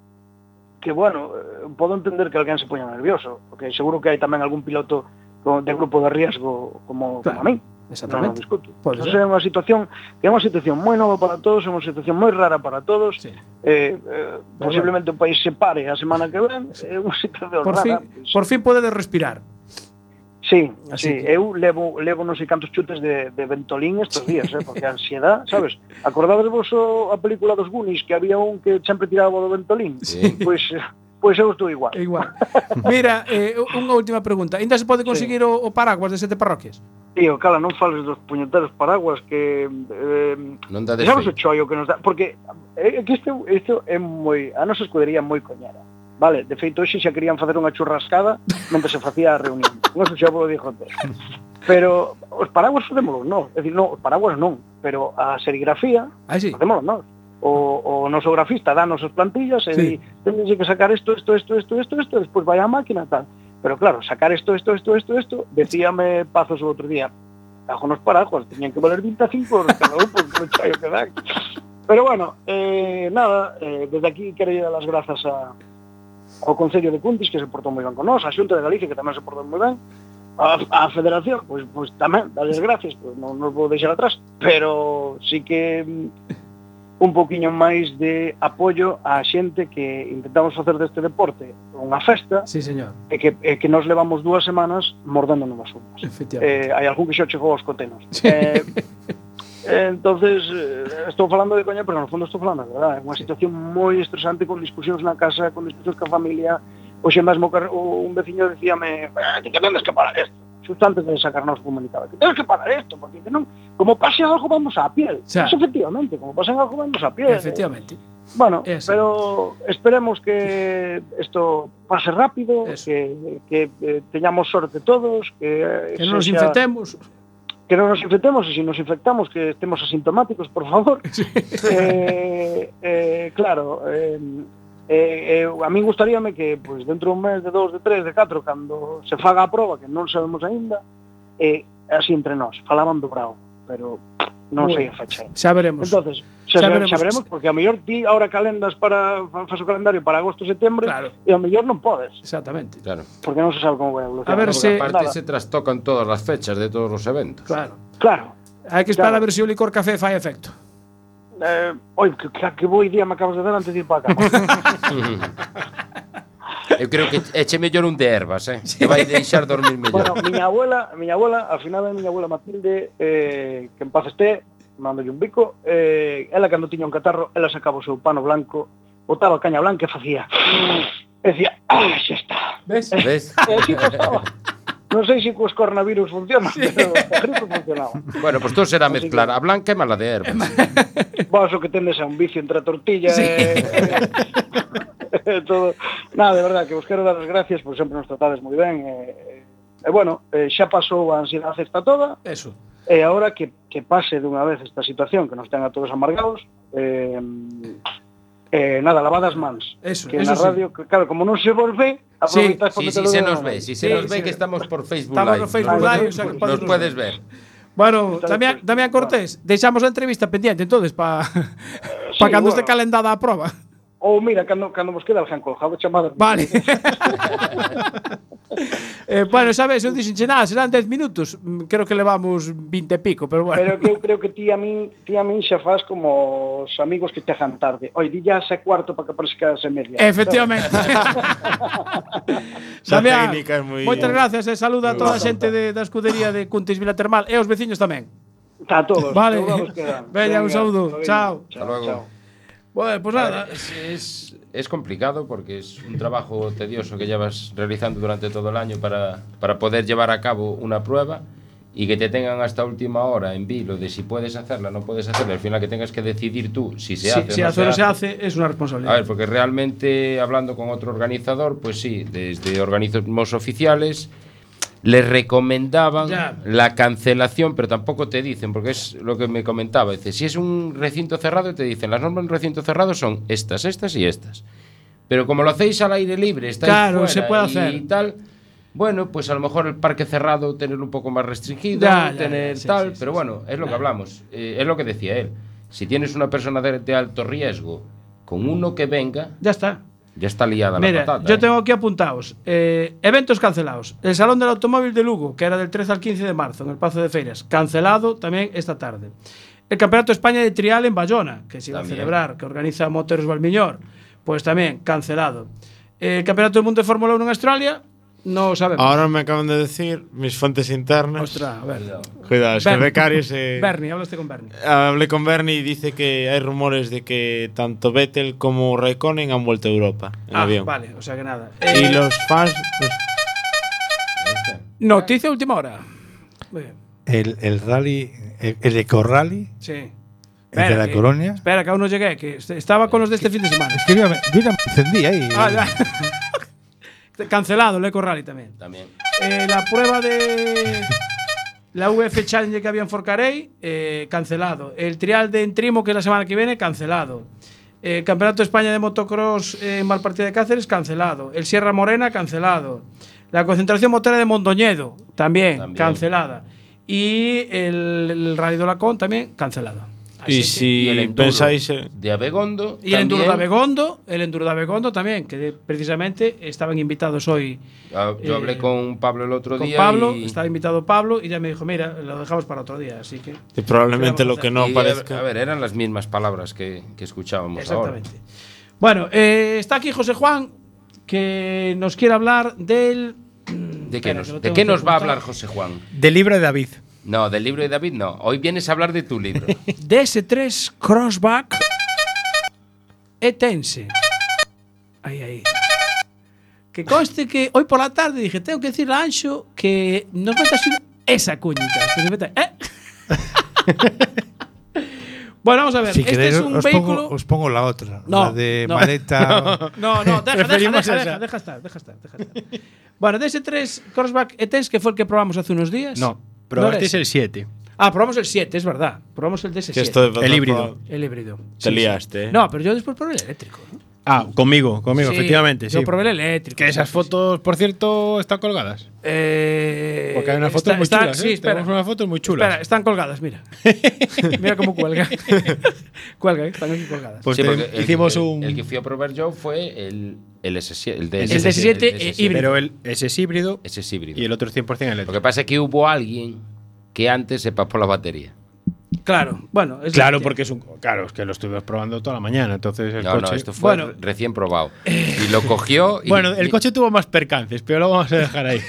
Speaker 12: que bueno, eh, podo entender que alguén se poña nervioso, porque seguro que hai tamén algún piloto co- de grupo de riesgo como, como a mí.
Speaker 1: Exactamente.
Speaker 12: Non, non discuto.
Speaker 1: Pode
Speaker 12: Entón,
Speaker 1: ser.
Speaker 12: é unha situación que é unha situación moi nova para todos, é unha situación moi rara para todos. Eh, eh, posiblemente o país se pare a semana que ven, é unha situación
Speaker 1: Por
Speaker 12: rara.
Speaker 1: fin, por fin podedes respirar.
Speaker 12: Sí,
Speaker 1: Así
Speaker 12: sí,
Speaker 1: que-
Speaker 12: eu levo levo non sei cantos chutes de, de ventolín estes días, eh, porque a ansiedade, sabes? Acordades vos o, a película dos Goonies que había un que sempre tiraba do ventolín?
Speaker 1: Sí. Eh.
Speaker 12: Pois eh, pois eu estou igual.
Speaker 1: Igual. Mira, eh, unha última pregunta. Ainda se pode conseguir o, o paraguas de sete parroquias?
Speaker 12: Tío, cala, non fales dos puñeteros paraguas que... Eh,
Speaker 5: Non dades
Speaker 12: sabes
Speaker 5: feito.
Speaker 12: o chollo que nos dá? Porque é é que isto, isto é moi... A nosa escudería é moi coñera. Vale, de feito, hoxe xa querían facer unha churrascada mentre se facía a reunión. Non sei se xa vos lo dixo antes. Pero os paraguas facémoslo nós. É dicir, non, os paraguas non, pero a serigrafía
Speaker 1: ah, sí.
Speaker 12: facémoslo nós. O, o noso grafista danos as plantillas e
Speaker 1: Sí.
Speaker 12: di, tendes que sacar isto, isto, isto, isto, isto, isto, despois vai á máquina tal. Pero claro, sacar isto, isto, isto, isto, isto, decíame Pazos o outro día, cajo nos paraguas, teñen que valer 25 euros cada un por o chaio que dan. Pero bueno, eh, nada, eh, desde aquí quero dar as grazas a, ao Concello de Cuntis, que se portou moi ben con nós, a Xunta de Galicia, que tamén se portou moi ben, a, a Federación, pois, pois tamén, darles gracias, pois, non nos vou deixar atrás, pero sí que mm, un poquinho máis de apoio á xente que intentamos facer deste deporte unha festa
Speaker 1: Sí, señor.
Speaker 12: e que, e que nos levamos dúas semanas mordendo no basurro.
Speaker 1: Efectivamente.
Speaker 12: Eh, hai algún que xa chegou aos cotenos. Eh, eh, entonces, eh, estou falando de coña, pero no fondo estou falando, de verdade. É unha situación moi estresante con discusións na casa, con discusións ca familia, Hoxe mesmo que un veciño decíame "Ah, que tendes que parar esto. Xusto antes de sacarnos comunicado. Que tendes que parar esto, porque que non, como pase algo vamos a piel.
Speaker 1: Xa.
Speaker 12: Eso efectivamente, como pase algo vamos a piel.
Speaker 1: Efectivamente.
Speaker 12: Eh, Bueno, pero esperemos que isto pase rápido, que, que eh, teñamos sorte todos, que, eh,
Speaker 1: Que non nos
Speaker 12: sexa-
Speaker 1: infectemos.
Speaker 12: Que non nos infectemos, e se nos infectamos que estemos asintomáticos, por favor. eh, eh, claro, eh, eh, eh, a min gustaríame que pues, dentro dun mes, de dos, de tres, de catro, cando se faga a proba, que non sabemos aínda, eh, así entre nós, falaban do bravo, pero non sei a fecha. aínda.
Speaker 1: Xa veremos.
Speaker 12: Entonces, xa, xa, veremos. xa veremos, porque a mellor ti agora calendas para fas o calendario para agosto setembro claro. e a mellor non podes,
Speaker 1: Exactamente.
Speaker 5: Claro.
Speaker 12: porque non se sabe como vai a evolución.
Speaker 5: Porque Aparte
Speaker 12: Nada.
Speaker 5: se trastocan todas las fechas de todos los eventos.
Speaker 1: Claro.
Speaker 12: Claro.
Speaker 1: Hai que esperar a ver se o licor café fai efecto.
Speaker 12: Eh, oi, que, que, que boi día me acabas de dar antes de ir para a cama.
Speaker 5: Eu creo que eche mellor un de ervas, eh? Te vai deixar dormir
Speaker 12: bueno,
Speaker 5: mellor.
Speaker 12: miña abuela, a miña abuela, al final de miña abuela Matilde, eh, que en paz esté, mandolle un bico, eh, ela cando tiña un catarro, ela sacaba o seu pano blanco, botaba caña blanca e facía. e Decía, ah, xa está.
Speaker 1: Ves?
Speaker 5: Ves?
Speaker 12: E así pasaba. Non sei se cos coronavirus funciona, pero a gripe funcionaba.
Speaker 5: Bueno, pues todo será mezclar a blanca e mala de ervas.
Speaker 12: Vos o que tendes é un vicio entre a tortilla sí. e, e todo. Nada, de verdad, que vos quero dar as gracias por sempre nos tratades moi ben. E, e bueno, eh, xa pasou a ansiedade esta toda.
Speaker 1: Eso.
Speaker 12: E agora que, que pase dunha vez esta situación que nos ten a todos amargados, eh, eh, nada, lavad as mans.
Speaker 1: Eso,
Speaker 12: que
Speaker 1: eso
Speaker 12: na
Speaker 1: sí.
Speaker 12: radio, que, claro, como non se volve,
Speaker 5: Sí,
Speaker 12: aproveitar
Speaker 5: sí, sí, se nos ve, sí, se nos ve que estamos por Facebook
Speaker 1: Estamos
Speaker 5: Live.
Speaker 1: no Facebook
Speaker 5: Nos-
Speaker 1: Live, o sea, que
Speaker 5: Nos
Speaker 1: podemos-
Speaker 5: puedes ver.
Speaker 1: Bueno,
Speaker 12: Entón,
Speaker 1: Damián, Damián Cortés, deixamos a entrevista pendiente entonces para pa
Speaker 12: sí,
Speaker 1: cando
Speaker 12: bueno.
Speaker 1: este calendada a proba.
Speaker 12: Ou mira, cando, cando vos queda el janco, jabo chamada.
Speaker 1: Vale. Eh, bueno, sabes, eu dixenche nada, serán 10 minutos. Mm, Creo que levamos 20 e pico, pero bueno.
Speaker 12: Pero que eu creo que ti e a min, ti a min xa faz como os amigos que chegan tarde. Oi, di ya xa cuarto para que aparezca a media.
Speaker 1: Efectivamente. Damián, moitas gracias e saluda a toda a
Speaker 12: Bastante.
Speaker 1: xente de, da escudería de Cuntis Vila Termal e os veciños tamén.
Speaker 12: Está todos.
Speaker 1: Vale.
Speaker 12: todos quedan.
Speaker 1: Veña, un
Speaker 12: Venga,
Speaker 1: saúdo.
Speaker 12: venga.
Speaker 1: Chao.
Speaker 5: Hasta luego.
Speaker 1: Bueno, pues nada.
Speaker 5: Es, es- es complicado porque es un trabajo tedioso que llevas realizando durante todo el año para, para poder llevar a cabo una prueba y que te tengan hasta última hora en vilo de si puedes hacerla o no puedes hacerla. Al final que tengas que decidir tú si se
Speaker 1: Si-
Speaker 5: hace o
Speaker 1: si
Speaker 5: no
Speaker 1: hace o no se hace, es una
Speaker 5: A ver,
Speaker 1: responsabilidad.
Speaker 5: porque realmente hablando con otro organizador, pues sí, desde organismos oficiales les recomendaban
Speaker 1: Ya.
Speaker 5: la cancelación, pero tampoco te dicen, porque es lo que me comentaba. Dice, si es un recinto cerrado, te dicen, las normas de un recinto cerrado son estas, estas y estas. Pero como lo hacéis al aire libre, estáis
Speaker 1: Claro,
Speaker 5: fuera
Speaker 1: se puede
Speaker 5: y
Speaker 1: hacer.
Speaker 5: tal, bueno, pues a lo mejor el parque cerrado tenerlo un poco más restringido,
Speaker 1: Ya, ya,
Speaker 5: tener
Speaker 1: ya, sí,
Speaker 5: tal,
Speaker 1: sí, sí,
Speaker 5: pero bueno, es lo que hablamos, eh, es lo que decía él. Si tienes una persona de, de alto riesgo con uno que venga,
Speaker 1: Ya está.
Speaker 5: ya está liada la
Speaker 1: Mira,
Speaker 5: patata.
Speaker 1: yo
Speaker 5: ¿eh?
Speaker 1: tengo aquí apuntados eh, eventos cancelados. El Salón del Automóvil de Lugo, que era del 13 al 15 de marzo, en el Pazo de Feiras, cancelado también esta tarde. El Campeonato de España de Trial en Bayona, que se iba
Speaker 5: También.
Speaker 1: a celebrar, que organiza Moteros Valmiñor, pues también cancelado. Eh, El Campeonato del Mundo de Fórmula 1 en Australia, no sabemos.
Speaker 4: Ahora me acaban de decir mis fuentes internas.
Speaker 1: Ostras, a ver. Cuidado,
Speaker 4: Cuidado, Ah. es eh, que el
Speaker 1: Bernie.
Speaker 4: becario se.
Speaker 1: Bernie, hablaste con Bernie.
Speaker 4: Hablé con Bernie y dice que hay rumores de que tanto Vettel como Raikkonen han vuelto a Europa en
Speaker 1: Ah,
Speaker 4: avión.
Speaker 1: vale, o sea que nada. Eh,
Speaker 4: Y los fans.
Speaker 1: Noticia de última hora.
Speaker 10: El, el rally, el, el eco rally,
Speaker 1: Sí.
Speaker 10: el de la
Speaker 1: que-
Speaker 10: Coruña.
Speaker 1: Espera, que aún no llegué, que est- estaba con los de este fin de semana.
Speaker 10: Es que yo ya me, yo ya me encendí ahí.
Speaker 1: Ah, ya. Cancelado el Eco Rally también.
Speaker 5: También.
Speaker 1: Eh, la prueba de la UF Challenge que había en Forcarey, eh, cancelado. El trial de Entrimo, que es la semana que viene, cancelado. El Campeonato de España de Motocross eh, en Malpartida de Cáceres, cancelado. El Sierra Morena, cancelado. La concentración motera de Mondoñedo, también, cancelada. Y el, el Rally do Lacón, también, cancelado.
Speaker 4: Y si pensáis. eh,
Speaker 5: de Abegondo.
Speaker 1: Y el Enduro de
Speaker 5: también.
Speaker 1: Abegondo, el Enduro de Abegondo también, que precisamente estaban invitados hoy
Speaker 5: Ah, Yo hablé
Speaker 1: eh,
Speaker 5: con Pablo el otro
Speaker 1: con
Speaker 5: día.
Speaker 1: Pablo,
Speaker 5: y,
Speaker 1: estaba invitado Pablo y ya me dijo, mira, lo dejamos para otro día, así que...
Speaker 4: y probablemente lo que no
Speaker 5: y, a-
Speaker 4: parezca.
Speaker 5: A ver, eran las mismas palabras que, que escuchábamos ahora.
Speaker 1: Exactamente. Bueno, eh, está aquí José Juan, que nos quiere hablar del...
Speaker 5: ¿De qué,
Speaker 1: Espera, que lo
Speaker 5: nos, ¿de
Speaker 1: tengo
Speaker 5: qué
Speaker 1: que
Speaker 5: nos va a
Speaker 1: apuntar.
Speaker 5: hablar José Juan?
Speaker 9: Del libro de David.
Speaker 5: No, del libro de David no. Hoy vienes a hablar de tu libro.
Speaker 1: DS3 Crossback Etense. Ahí, ahí. Que conste que hoy por la tarde dije, tengo que decirle a Anxo que nos metas una- esa cuñita. Que se meta- ¿eh? bueno, vamos a ver.
Speaker 10: Si
Speaker 1: este
Speaker 10: queréis,
Speaker 1: es un
Speaker 10: os,
Speaker 1: vehículo.
Speaker 10: pongo, os pongo la otra.
Speaker 1: No,
Speaker 10: la de
Speaker 1: no.
Speaker 10: maleta. o-
Speaker 1: No, no, deja, deja,
Speaker 10: Preferimos esa.
Speaker 1: deja, deja, deja estar, deja estar, deja estar. Bueno, de ese 3 Crossback ETS que fue el que probamos hace unos días.
Speaker 9: No, probasteis
Speaker 1: era
Speaker 9: este el 7.
Speaker 1: Ah, probamos el 7, es verdad. Probamos el DS7.
Speaker 9: Que esto es verdad, El híbrido. probado.
Speaker 1: El híbrido.
Speaker 9: Te liaste, ¿eh?
Speaker 1: No, pero yo después probé el eléctrico. ¿eh?
Speaker 9: Ah, conmigo, conmigo,
Speaker 1: Sí,
Speaker 9: efectivamente.
Speaker 1: Yo
Speaker 9: sí.
Speaker 1: probé el eléctrico.
Speaker 9: Que esas fotos, por cierto, están colgadas.
Speaker 1: Eh,
Speaker 9: Porque hay unas fotos
Speaker 1: está-
Speaker 9: muy
Speaker 1: está-
Speaker 9: chulas, ¿eh?
Speaker 1: Sí, espera.
Speaker 9: Tenemos unas fotos muy chulas.
Speaker 1: Espera, están colgadas, mira. mira cómo cuelga. cuelga, ¿eh? están aquí colgadas.
Speaker 9: Pues
Speaker 5: Sí,
Speaker 9: te-
Speaker 5: porque el-
Speaker 9: hicimos
Speaker 5: el-
Speaker 9: un-
Speaker 5: El que fui a probar yo fue el, el S7. El
Speaker 9: El
Speaker 5: DS7,
Speaker 9: DS7,
Speaker 5: el DS7.
Speaker 9: híbrido. Pero el- ese es híbrido.
Speaker 5: Ese es híbrido.
Speaker 9: Y el otro es 100% eléctrico.
Speaker 5: Lo que pasa es que hubo alguien que antes se pasó la batería.
Speaker 1: Claro, bueno. es
Speaker 9: claro,
Speaker 1: decir-
Speaker 9: porque es un. Claro, es que lo estuvimos probando toda la mañana. Entonces el
Speaker 5: No,
Speaker 9: coche.
Speaker 5: no, esto fue re- recién probado. Y lo cogió y.
Speaker 9: Bueno, el coche tuvo más percances, pero lo vamos a dejar ahí.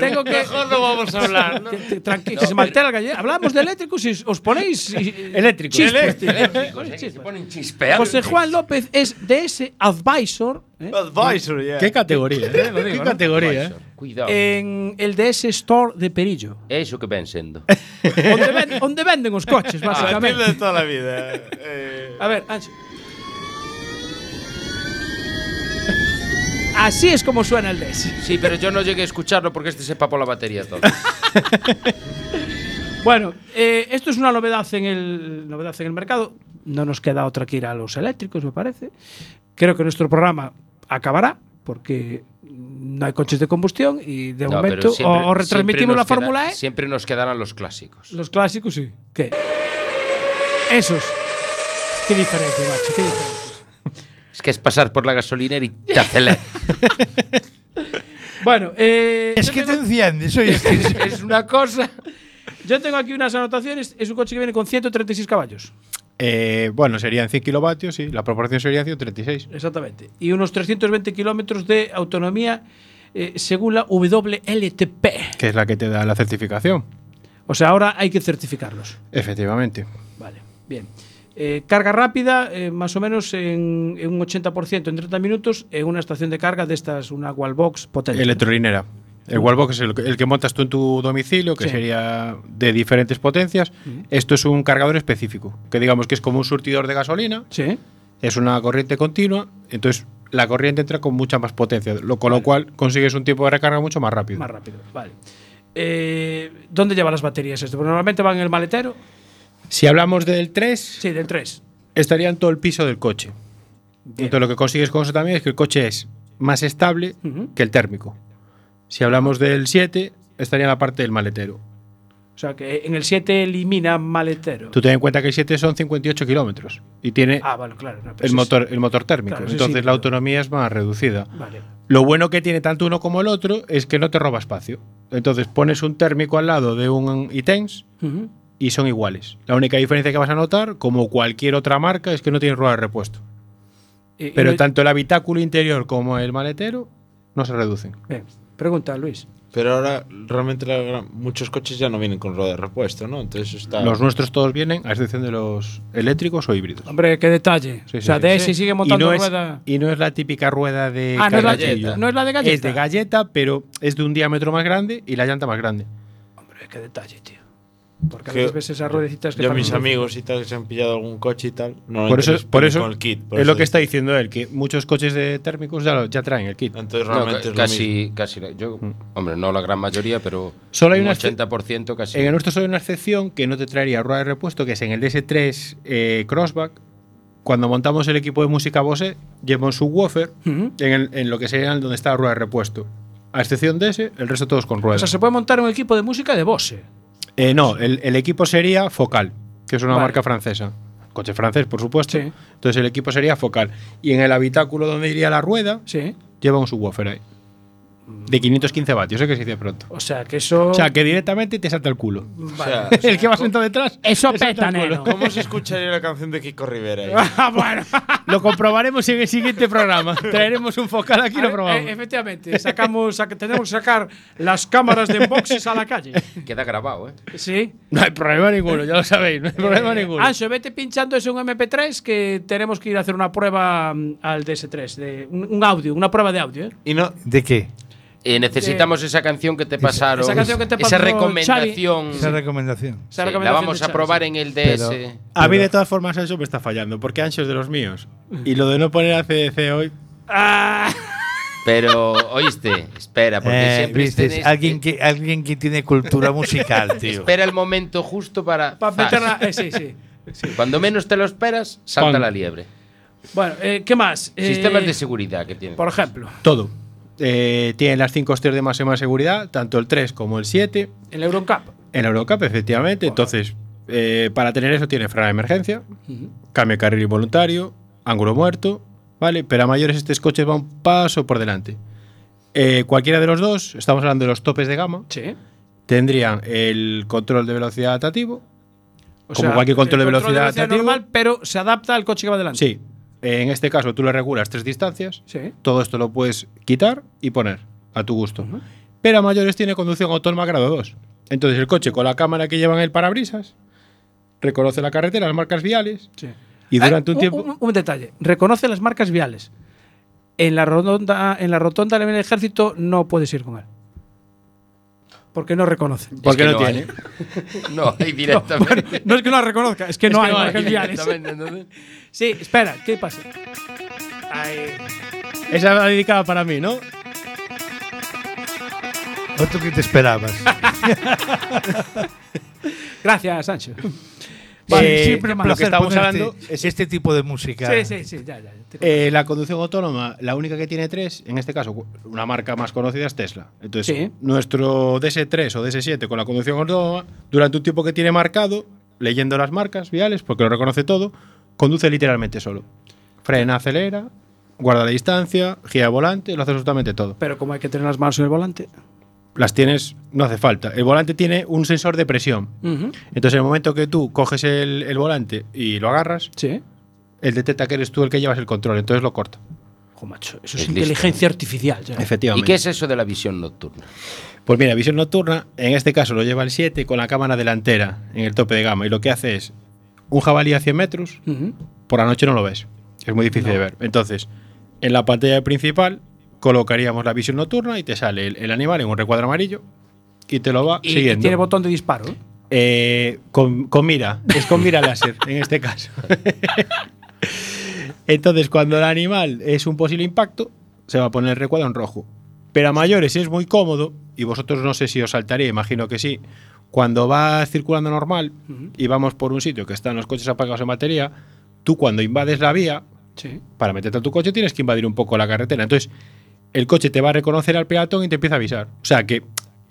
Speaker 1: Tengo que.
Speaker 11: Mejor no vamos a hablar, ¿no?
Speaker 1: Que- que- Tranqui, que se me altera el gallego. Hablamos de eléctricos y os ponéis.
Speaker 9: Eléctricos.
Speaker 1: Chispas, tío.
Speaker 5: Eléctricos, eh, que se ponen chispeantes.
Speaker 1: José Juan López es DS Advisor. ¿eh?
Speaker 5: Advisor, ya.
Speaker 9: Qué categoría, ¿eh?
Speaker 5: Lo digo,
Speaker 9: Qué
Speaker 5: ¿no?
Speaker 9: categoría, ¿eh?
Speaker 5: Cuidado.
Speaker 1: En el DS Store de Perillo.
Speaker 5: Eso que ven sendo.
Speaker 1: onde, ven- onde venden os coches,
Speaker 4: A
Speaker 1: basicamente.
Speaker 4: de toda la vida. eh.
Speaker 1: A ver, Ancho. Así es como suena el DS.
Speaker 5: Sí, pero yo no llegué a escucharlo porque este se papó la batería todo.
Speaker 1: Bueno, eh, esto es una novedad en, el, novedad en el mercado. No nos queda otra que ir a los eléctricos, me parece. Creo que nuestro programa acabará porque no hay coches de combustión y de
Speaker 5: No, pero
Speaker 1: momento
Speaker 5: siempre-
Speaker 1: o- o
Speaker 5: siempre
Speaker 1: retransmitimos
Speaker 5: nos
Speaker 1: la
Speaker 5: queda-
Speaker 1: Fórmula E.
Speaker 5: Siempre nos quedarán los clásicos.
Speaker 1: Los clásicos sí. ¿Qué? Esos. Qué diferencia, macho. Qué diferencia.
Speaker 5: Es que es pasar por la gasolinera y te aceleras.
Speaker 1: Bueno, eh,
Speaker 6: Es
Speaker 1: yo
Speaker 6: que te
Speaker 1: tengo-
Speaker 6: enciendes, oye. es que-
Speaker 5: es una cosa.
Speaker 1: Yo tengo aquí unas anotaciones. Es un coche que viene con 136 caballos.
Speaker 9: Eh, bueno, serían 100 kilovatios, sí. La proporción sería 136.
Speaker 1: Exactamente. Y unos 320 kilómetros de autonomía eh, según la WLTP.
Speaker 9: Que es la que te da la certificación.
Speaker 1: O sea, ahora hay que certificarlos.
Speaker 9: Efectivamente.
Speaker 1: Bien. Eh, carga rápida, eh, más o menos en, en un 80% en 30 minutos, en una estación de carga de estas, una wallbox potente.
Speaker 9: Electrolinera. El wallbox es el, el que montas tú en tu domicilio, que
Speaker 1: Sí.
Speaker 9: sería de diferentes potencias. Esto es un cargador específico, que digamos que es como un surtidor de gasolina.
Speaker 1: Sí.
Speaker 9: Es una corriente continua, entonces la corriente entra con mucha más potencia, lo, con lo cual consigues un tiempo de recarga mucho más rápido.
Speaker 1: Más rápido, vale. Eh, ¿Dónde lleva las baterías esto? Porque normalmente van en el maletero.
Speaker 9: Si hablamos del 3,
Speaker 1: Sí, del 3.
Speaker 9: estaría en todo el piso del coche. Entonces lo que consigues con eso también es que el coche es más estable que el térmico. Si hablamos del 7, estaría en la parte del maletero.
Speaker 1: O sea, que en el 7 elimina maletero.
Speaker 9: Tú ten en cuenta que el 7 son 58 kilómetros y tiene
Speaker 1: Ah, bueno, claro. no, pero
Speaker 9: el,
Speaker 1: eso es-
Speaker 9: motor, el motor térmico.
Speaker 1: Claro, eso
Speaker 9: Entonces
Speaker 1: sí,
Speaker 9: la autonomía es más reducida.
Speaker 1: Vale.
Speaker 9: Lo bueno que tiene tanto uno como el otro es que no te roba espacio. Entonces pones un térmico al lado de un Itens
Speaker 1: Ujú.
Speaker 9: y son iguales. La única diferencia que vas a notar, como cualquier otra marca, es que no tiene rueda de repuesto.
Speaker 1: Y- y
Speaker 9: Pero
Speaker 1: no-
Speaker 9: tanto el habitáculo interior como el maletero no se reducen.
Speaker 1: Bien, pregunta, Luis.
Speaker 4: Pero ahora realmente la gran- muchos coches ya no vienen con rueda de repuesto, ¿no? Entonces
Speaker 5: Ah.
Speaker 4: está.
Speaker 9: Los nuestros todos vienen, a excepción de los eléctricos o híbridos.
Speaker 1: Hombre, qué detalle.
Speaker 9: Sí,
Speaker 1: o
Speaker 9: sí,
Speaker 1: sea,
Speaker 9: sí.
Speaker 1: de ese
Speaker 9: Sí.
Speaker 1: sigue montando
Speaker 9: y no es-
Speaker 1: rueda.
Speaker 9: y no es la típica rueda de.
Speaker 1: Ah, no es la-
Speaker 9: carretillo.
Speaker 1: no es la de galleta.
Speaker 9: Es de galleta, pero es de un diámetro más grande y la llanta más grande.
Speaker 1: Hombre, qué detalle, tío. Porque a veces ves esas ruedecitas que
Speaker 4: Yo,
Speaker 1: parecen-
Speaker 4: mis amigos y tal, que se han pillado algún coche y tal. no
Speaker 9: por eso,
Speaker 4: les
Speaker 9: por
Speaker 4: piden
Speaker 9: eso
Speaker 4: Con el kit. por
Speaker 9: es lo
Speaker 4: eso
Speaker 9: que está diciendo él, que muchos coches de térmicos ya, lo- ya traen el kit.
Speaker 4: Entonces,
Speaker 5: No, ca- casi, casi. la- Yo, hombre, no la gran mayoría, pero
Speaker 9: Solo hay
Speaker 5: un
Speaker 9: una-
Speaker 5: 80% casi.
Speaker 9: En el nuestro solo hay una excepción que no te traería rueda de repuesto, que es en el DS3 eh, Crossback. Cuando montamos el equipo de música Bose, lleva un subwoofer en, el- en lo que sería donde está la rueda de repuesto. A excepción de ese, el resto todos con
Speaker 1: O
Speaker 9: ruedas.
Speaker 1: sea, se puede montar un equipo de música de Bose.
Speaker 9: Eh, no, el, el equipo sería Focal, que es una
Speaker 1: Vale.
Speaker 9: marca francesa. Coche francés, por supuesto. Entonces el equipo sería Focal. Y en el habitáculo donde iría la rueda,
Speaker 1: Sí.
Speaker 9: lleva un subwoofer ahí.
Speaker 4: Mm.
Speaker 9: De 515 vatios, eso que se dice pronto.
Speaker 1: O sea, que eso.
Speaker 9: O sea, que directamente te salta el culo.
Speaker 1: Vale.
Speaker 9: O sea, el que va sentado detrás.
Speaker 1: Eso
Speaker 9: te salta el
Speaker 1: peta,
Speaker 9: culo.
Speaker 1: neno.
Speaker 4: Ah,
Speaker 1: Ah,
Speaker 4: ¿Cómo se escucharía la canción de Kiko Rivera? ahí?
Speaker 9: Lo comprobaremos en el siguiente programa. Traeremos un focal aquí y
Speaker 1: A
Speaker 9: lo
Speaker 1: ver,
Speaker 9: probamos.
Speaker 1: eh, efectivamente, sacamos, sac- tenemos que sacar las cámaras de boxes a la calle.
Speaker 5: Queda grabado, ¿eh?
Speaker 1: Sí.
Speaker 9: No hay problema ninguno, ya lo sabéis. No hay problema
Speaker 1: Eh,
Speaker 9: ninguno.
Speaker 1: Anxo, vete pinchando ese un MP3 que tenemos que ir a hacer una prueba mm, al DS3, de un, un audio, una prueba de audio. ¿eh?
Speaker 4: Y no,
Speaker 6: ¿De qué?
Speaker 5: Eh, necesitamos esa canción que te pasaron.
Speaker 1: esa canción que te
Speaker 5: esa
Speaker 1: pasó
Speaker 5: recomendación.
Speaker 6: Esa recomendación.
Speaker 5: Sí, la vamos a probar en el DS.
Speaker 9: Pero- a mí, de todas formas, eso me está fallando, porque Ancho es de los míos. Y lo de no poner a CDC hoy. Ah.
Speaker 5: Pero, oíste, espera, porque
Speaker 6: Eh,
Speaker 5: siempre este
Speaker 6: viste,
Speaker 5: tenés-
Speaker 6: alguien, que, alguien que tiene cultura musical, tío.
Speaker 5: espera el momento justo para.
Speaker 1: Para
Speaker 5: zas.
Speaker 1: meterla- eh, sí, sí.
Speaker 5: Cuando menos te lo esperas, salta
Speaker 9: Pon.
Speaker 5: la liebre.
Speaker 1: Bueno, eh, ¿qué más? Eh,
Speaker 5: Sistemas de seguridad que tiene.
Speaker 1: Por ejemplo,
Speaker 9: Todo. Eh, tiene las 5 hostias de máxima seguridad, tanto el 3 como el 7.
Speaker 1: el Eurocup.
Speaker 9: En la Eurocup, efectivamente. Entonces, eh, para tener eso tiene frena de emergencia, cambio de carril involuntario, ángulo muerto, ¿vale? Pero a mayores estos coches van un paso por delante. Eh, cualquiera de los dos, estamos hablando de los topes de gama,
Speaker 1: Sí.
Speaker 9: tendrían el control de velocidad adaptativo.
Speaker 1: O
Speaker 9: como
Speaker 1: sea,
Speaker 9: cualquier control,
Speaker 1: el
Speaker 9: de velocidad, adaptativo.
Speaker 1: normal, pero se adapta al coche que va delante.
Speaker 9: Sí. En este caso, tú le regulas tres distancias.
Speaker 1: Sí.
Speaker 9: Todo esto lo puedes quitar y poner a tu gusto. Pero a mayores tiene conducción autónoma grado 2. Entonces, el coche con la cámara que lleva en el parabrisas reconoce la carretera, las marcas viales. Y durante
Speaker 1: Ah,
Speaker 9: un tiempo.
Speaker 1: Un, un detalle. Reconoce las marcas viales. En la rotonda, en la rotonda del ejército no puedes ir con él. Porque no reconoce.
Speaker 9: porque
Speaker 5: Es que
Speaker 9: no,
Speaker 5: no hay.
Speaker 9: tiene.
Speaker 5: No, hay directamente.
Speaker 1: No, bueno, no es que no la reconozca, es que no hay marcas viales.
Speaker 5: directamente, entonces.
Speaker 1: Sí, espera, ¿qué pasa? Ahí.
Speaker 9: Esa va dedicada para mí, ¿no?
Speaker 6: ¿O tú qué te esperabas?
Speaker 1: Gracias, Sancho.
Speaker 9: Eh,
Speaker 6: siempre un
Speaker 9: lo que
Speaker 6: placer
Speaker 9: estamos
Speaker 6: ponerte
Speaker 9: hablando es
Speaker 6: este tipo de música.
Speaker 1: Sí, sí, sí, ya, ya. te-
Speaker 9: Eh, la conducción autónoma, la única que tiene tres, en este caso, una marca más conocida es Tesla. Entonces,
Speaker 1: Sí.
Speaker 9: nuestro DS3 o DS7 con la conducción autónoma, durante un tiempo que tiene marcado, leyendo las marcas viales, porque lo reconoce todo, conduce literalmente solo. Frena, acelera, guarda la distancia, gira el volante, lo hace absolutamente todo.
Speaker 1: Pero como hay que tener las manos en el volante.
Speaker 9: Las tienes, no hace falta. El volante tiene un sensor de presión.
Speaker 1: Ujú.
Speaker 9: Entonces, en el momento que tú coges el, el volante y lo agarras, él detecta que eres tú el que llevas el control, entonces lo corta.
Speaker 1: Jo, macho, eso
Speaker 5: Es
Speaker 1: es,
Speaker 5: listo.
Speaker 1: inteligencia artificial. ya.
Speaker 9: Efectivamente.
Speaker 5: ¿Y qué es eso de la visión nocturna?
Speaker 9: Pues mira, visión nocturna, en este caso lo lleva el 7 con la cámara delantera en el tope de gama. Y lo que hace es un jabalí a 100 metros,
Speaker 1: Ujú.
Speaker 9: por la noche no lo ves. Es muy difícil de ver. Entonces, en la pantalla principal colocaríamos la visión nocturna y te sale el, el animal en un recuadro amarillo y te lo va
Speaker 1: Y, y
Speaker 9: siguiendo.
Speaker 1: tiene botón de disparo. ¿eh?
Speaker 9: Eh, con, con mira, es con mira láser en este caso. Entonces, cuando el animal es un posible impacto, se va a poner el recuadro en rojo. Pero a mayores es muy cómodo, y vosotros no sé si os saltaría, imagino que sí. Cuando vas circulando normal y vamos por un sitio que están los coches apagados en batería, tú cuando invades la vía,
Speaker 1: Sí.
Speaker 9: para meterte a tu coche tienes que invadir un poco la carretera. Entonces, el coche te va a reconocer al peatón y te empieza a avisar. O sea que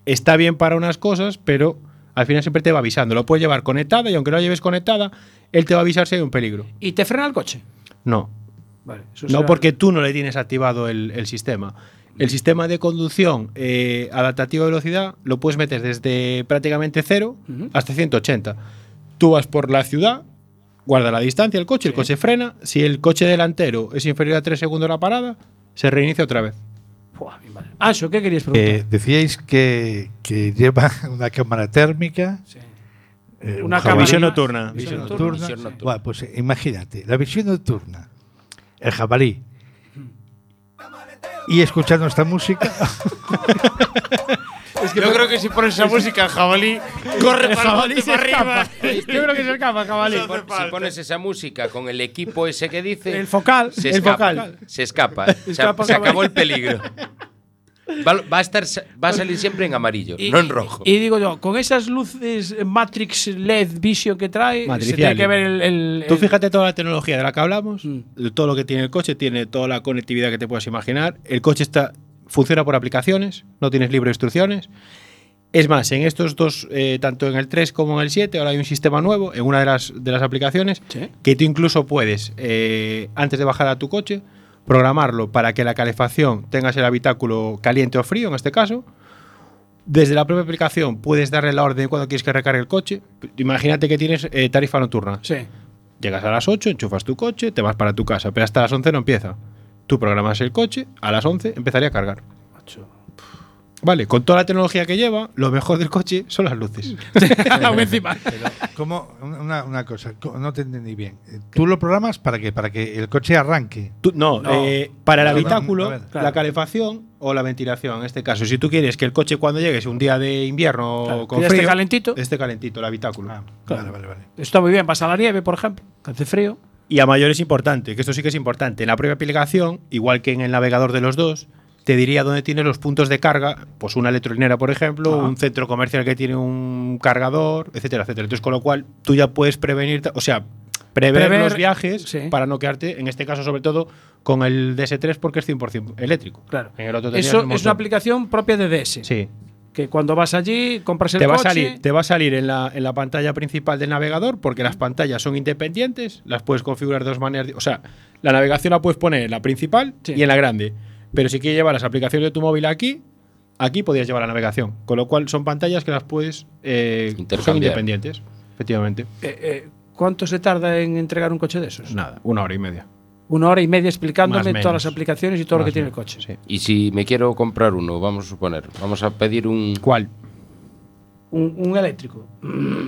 Speaker 9: está bien para unas cosas, pero al final siempre te va avisando. Lo puedes llevar conectada y aunque no la lleves conectada, él te va a avisar si hay un peligro.
Speaker 1: ¿Y te frena el coche?
Speaker 9: No,
Speaker 1: Vale, eso
Speaker 9: no
Speaker 1: será-
Speaker 9: porque tú no le tienes activado el, el sistema. El sistema de conducción eh, adaptativo a velocidad lo puedes meter desde prácticamente cero
Speaker 1: Ujú.
Speaker 9: hasta 180. Tú vas por la ciudad, guarda la distancia el coche, el coche frena. Si el coche delantero es inferior a 3 segundos la parada, se reinicia otra vez.
Speaker 1: Buah, mi madre. Anxo, Ah, ¿qué querías preguntar?
Speaker 6: Eh, decíais que, que lleva una cámara térmica. eh, un
Speaker 1: Una
Speaker 6: jabalí.
Speaker 1: cámara- Visión nocturna. Visión nocturna,
Speaker 6: Visión
Speaker 1: sí.
Speaker 6: nocturna. Buah, pues eh, imagínate, la visión nocturna, el jabalí. Y escuchando esta música.
Speaker 11: Yo creo que si pones esa música, el jabalí corre para adelante, para arriba.
Speaker 9: Yo creo que se escapa, jabalí.
Speaker 5: Si, pon- si pones esa música con el equipo ese que dice.
Speaker 1: El focal,
Speaker 5: Se
Speaker 1: el
Speaker 5: escapa.
Speaker 1: focal.
Speaker 5: Se escapa. Se-
Speaker 1: Escapa,
Speaker 5: se
Speaker 1: escapa.
Speaker 5: acabó el peligro. Va, va a estar, va a salir siempre en amarillo,
Speaker 1: Y-
Speaker 5: no en rojo.
Speaker 1: Y digo yo, con esas luces eh, Matrix LED Vision que trae, se tiene
Speaker 9: Matricial.
Speaker 1: que ver el. el- Mm.
Speaker 9: Tú
Speaker 1: el-
Speaker 9: fíjate toda la tecnología de la que hablamos, de todo lo que tiene el coche, tiene toda la conectividad que te puedas imaginar. El coche está, funciona por aplicaciones, no tienes libre de instrucciones. Es más, en estos dos, eh, tanto en el 3 como en el 7, ahora hay un sistema nuevo en una de las, de las aplicaciones que tú incluso puedes, eh, antes de bajar a tu coche, programarlo para que la calefacción tengas el habitáculo caliente o frío, en este caso. Desde la propia aplicación puedes darle la orden de cuando quieres que recargue el coche. Imagínate que tienes eh, tarifa nocturna.
Speaker 1: Sí.
Speaker 9: Llegas a las 8, enchufas tu coche, te vas para tu casa, pero hasta las 11 no empieza. Tú programas el coche, a las 11 empezaría a cargar. Vale, con toda la tecnología que lleva, lo mejor del coche son las luces.
Speaker 10: Pero, ¿cómo? Una, una cosa, co- no te entendí bien. Eh, Tú lo programas para que para que el coche arranque.
Speaker 9: Tú- no, eh, para el
Speaker 10: No, no,
Speaker 9: habitáculo,
Speaker 10: a ver,
Speaker 9: la calefacción o la ventilación. En este caso, si tú quieres que el coche cuando llegues un día de invierno
Speaker 1: Claro,
Speaker 9: con
Speaker 1: que ya
Speaker 9: frío,
Speaker 1: esté calentito.
Speaker 9: esté calentito el habitáculo.
Speaker 10: Ah.
Speaker 1: Claro. Está muy bien, pasa la nieve, por ejemplo, que hace frío.
Speaker 9: Y a mayor es importante, que esto sí que es importante. En la propia aplicación, igual que en el navegador de los dos, te diría dónde tienes los puntos de carga, pues una electrolinera, por ejemplo,
Speaker 1: Ah.
Speaker 9: un centro comercial que tiene un cargador, etcétera, etcétera. Entonces, con lo cual, tú ya puedes prevenir, o sea, prever,
Speaker 1: Prever-
Speaker 9: los viajes para no quedarte, en este caso, sobre todo, con el DS3 porque es 100% eléctrico. Claro. En el otro tenías
Speaker 1: Eso
Speaker 9: un
Speaker 1: es
Speaker 9: motor.
Speaker 1: una aplicación propia de DS.
Speaker 9: Sí.
Speaker 1: Que cuando vas allí, compras el
Speaker 9: Te va, a
Speaker 1: coche.
Speaker 9: salir, te va a salir en la, en la pantalla principal del navegador porque las pantallas son independientes, las puedes configurar de dos maneras. di- O sea, la navegación la puedes poner en la principal y en la grande. Pero si quieres llevar las aplicaciones de tu móvil aquí, aquí podrías llevar la navegación. Con lo cual son pantallas que las puedes. eh, son
Speaker 5: Intercambiar.
Speaker 9: independientes, efectivamente.
Speaker 1: Eh, eh, ¿Cuánto se tarda en entregar un coche de
Speaker 5: Pues
Speaker 1: esos?
Speaker 9: Nada, una hora y media.
Speaker 1: Una hora y media
Speaker 9: Más
Speaker 1: explicándome
Speaker 9: menos.
Speaker 1: todas las aplicaciones y todo lo
Speaker 5: Más
Speaker 1: que tiene el
Speaker 5: menos,
Speaker 1: coche.
Speaker 5: Y si me quiero comprar uno, vamos a suponer, vamos a pedir un.
Speaker 9: ¿Cuál?
Speaker 1: Un, un eléctrico.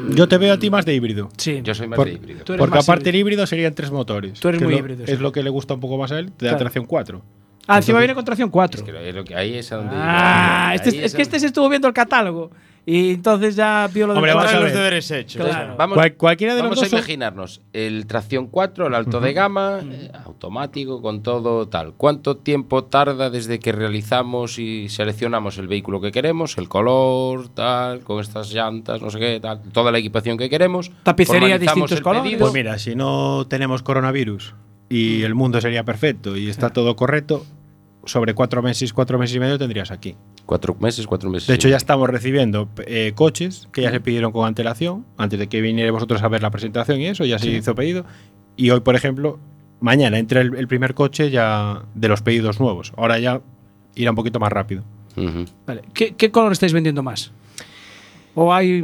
Speaker 9: Yo te veo a ti más de híbrido.
Speaker 1: Sí.
Speaker 5: Yo soy más
Speaker 9: Por-
Speaker 5: de híbrido.
Speaker 1: Tú eres
Speaker 9: Porque
Speaker 1: más
Speaker 9: aparte el híbrido serían tres motores.
Speaker 1: Tú eres
Speaker 9: que
Speaker 1: muy
Speaker 9: lo-
Speaker 1: híbrido, sí.
Speaker 9: Es lo que le gusta un poco más a él, te da
Speaker 1: Claro.
Speaker 9: tracción 4.
Speaker 1: Ah, encima viene con tracción 4.
Speaker 5: Es que lo que- ahí es a donde.
Speaker 1: Ah,
Speaker 5: ahí
Speaker 1: este- es, que este se estuvo viendo el catálogo. Y entonces ya vio lo de
Speaker 5: Hombre, vamos a
Speaker 11: ver. Los deberes hechos.
Speaker 1: Claro.
Speaker 5: Vamos,
Speaker 9: Cual- cualquiera de los
Speaker 5: vamos
Speaker 9: dos
Speaker 5: a
Speaker 9: son-
Speaker 5: imaginarnos el tracción 4, el alto de gama, eh, automático, con todo tal. ¿Cuánto tiempo tarda desde que realizamos y seleccionamos el vehículo que queremos, el color, tal, con estas llantas, no sé qué, tal, toda la equipación que queremos? formalizamos el pedido?
Speaker 9: Pues mira, si no tenemos coronavirus y el mundo sería perfecto y está todo correcto, sobre cuatro meses, cuatro meses y medio tendrías aquí.
Speaker 5: Cuatro meses, cuatro meses.
Speaker 9: De hecho, ya estamos recibiendo eh, coches que ya se pidieron con antelación, antes de que viniera vosotros a ver la presentación y eso, ya se
Speaker 5: Sí.
Speaker 9: hizo pedido. Y hoy, por ejemplo, mañana entra el, el primer coche ya de los pedidos nuevos. Ahora ya irá un poquito más rápido.
Speaker 1: Vale. ¿Qué, qué color estáis vendiendo más? ¿O hay.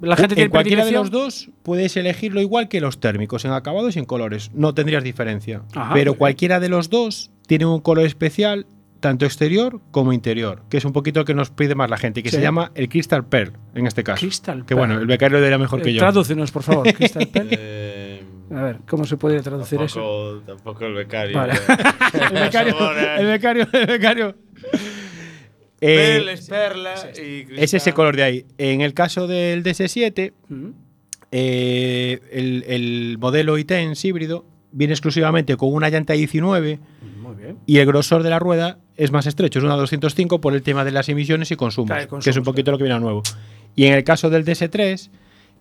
Speaker 1: La gente
Speaker 9: en
Speaker 1: tiene
Speaker 9: cualquiera de
Speaker 1: predilección?
Speaker 9: los dos puedes elegirlo igual que los térmicos, en acabados y en colores. No tendrías diferencia.
Speaker 1: Ajá,
Speaker 9: Pero
Speaker 1: perfecto.
Speaker 9: cualquiera de los dos tiene un color especial, tanto exterior como interior, que es un poquito el que nos pide más la gente, que
Speaker 1: Sí.
Speaker 9: se llama el Crystal Pearl, en este caso.
Speaker 1: Crystal
Speaker 9: que
Speaker 1: Pearl.
Speaker 9: bueno, el becario lo dirá mejor
Speaker 1: Eh,
Speaker 9: que yo.
Speaker 1: Tradúcenos, por favor, Crystal Pearl. A ver, ¿cómo se podría traducir eso?
Speaker 4: Eh, Tampoco, tampoco el becario. eh.
Speaker 1: Vale.
Speaker 4: Por
Speaker 9: el becario,
Speaker 4: favor, eh.
Speaker 9: el becario, el becario. Eh,
Speaker 11: Pel, es perla y cristal.
Speaker 9: es ese color de ahí. En el caso del DS7,
Speaker 1: Mm.
Speaker 9: eh, el, el modelo ITENS híbrido viene exclusivamente con una llanta 19
Speaker 1: Muy bien.
Speaker 9: y el grosor de la rueda es más estrecho, es una 205 por el tema de las emisiones y consumos,
Speaker 1: Claro, y
Speaker 9: que es un
Speaker 1: consumos,
Speaker 9: poquito lo que viene a nuevo. Y en el caso del DS3,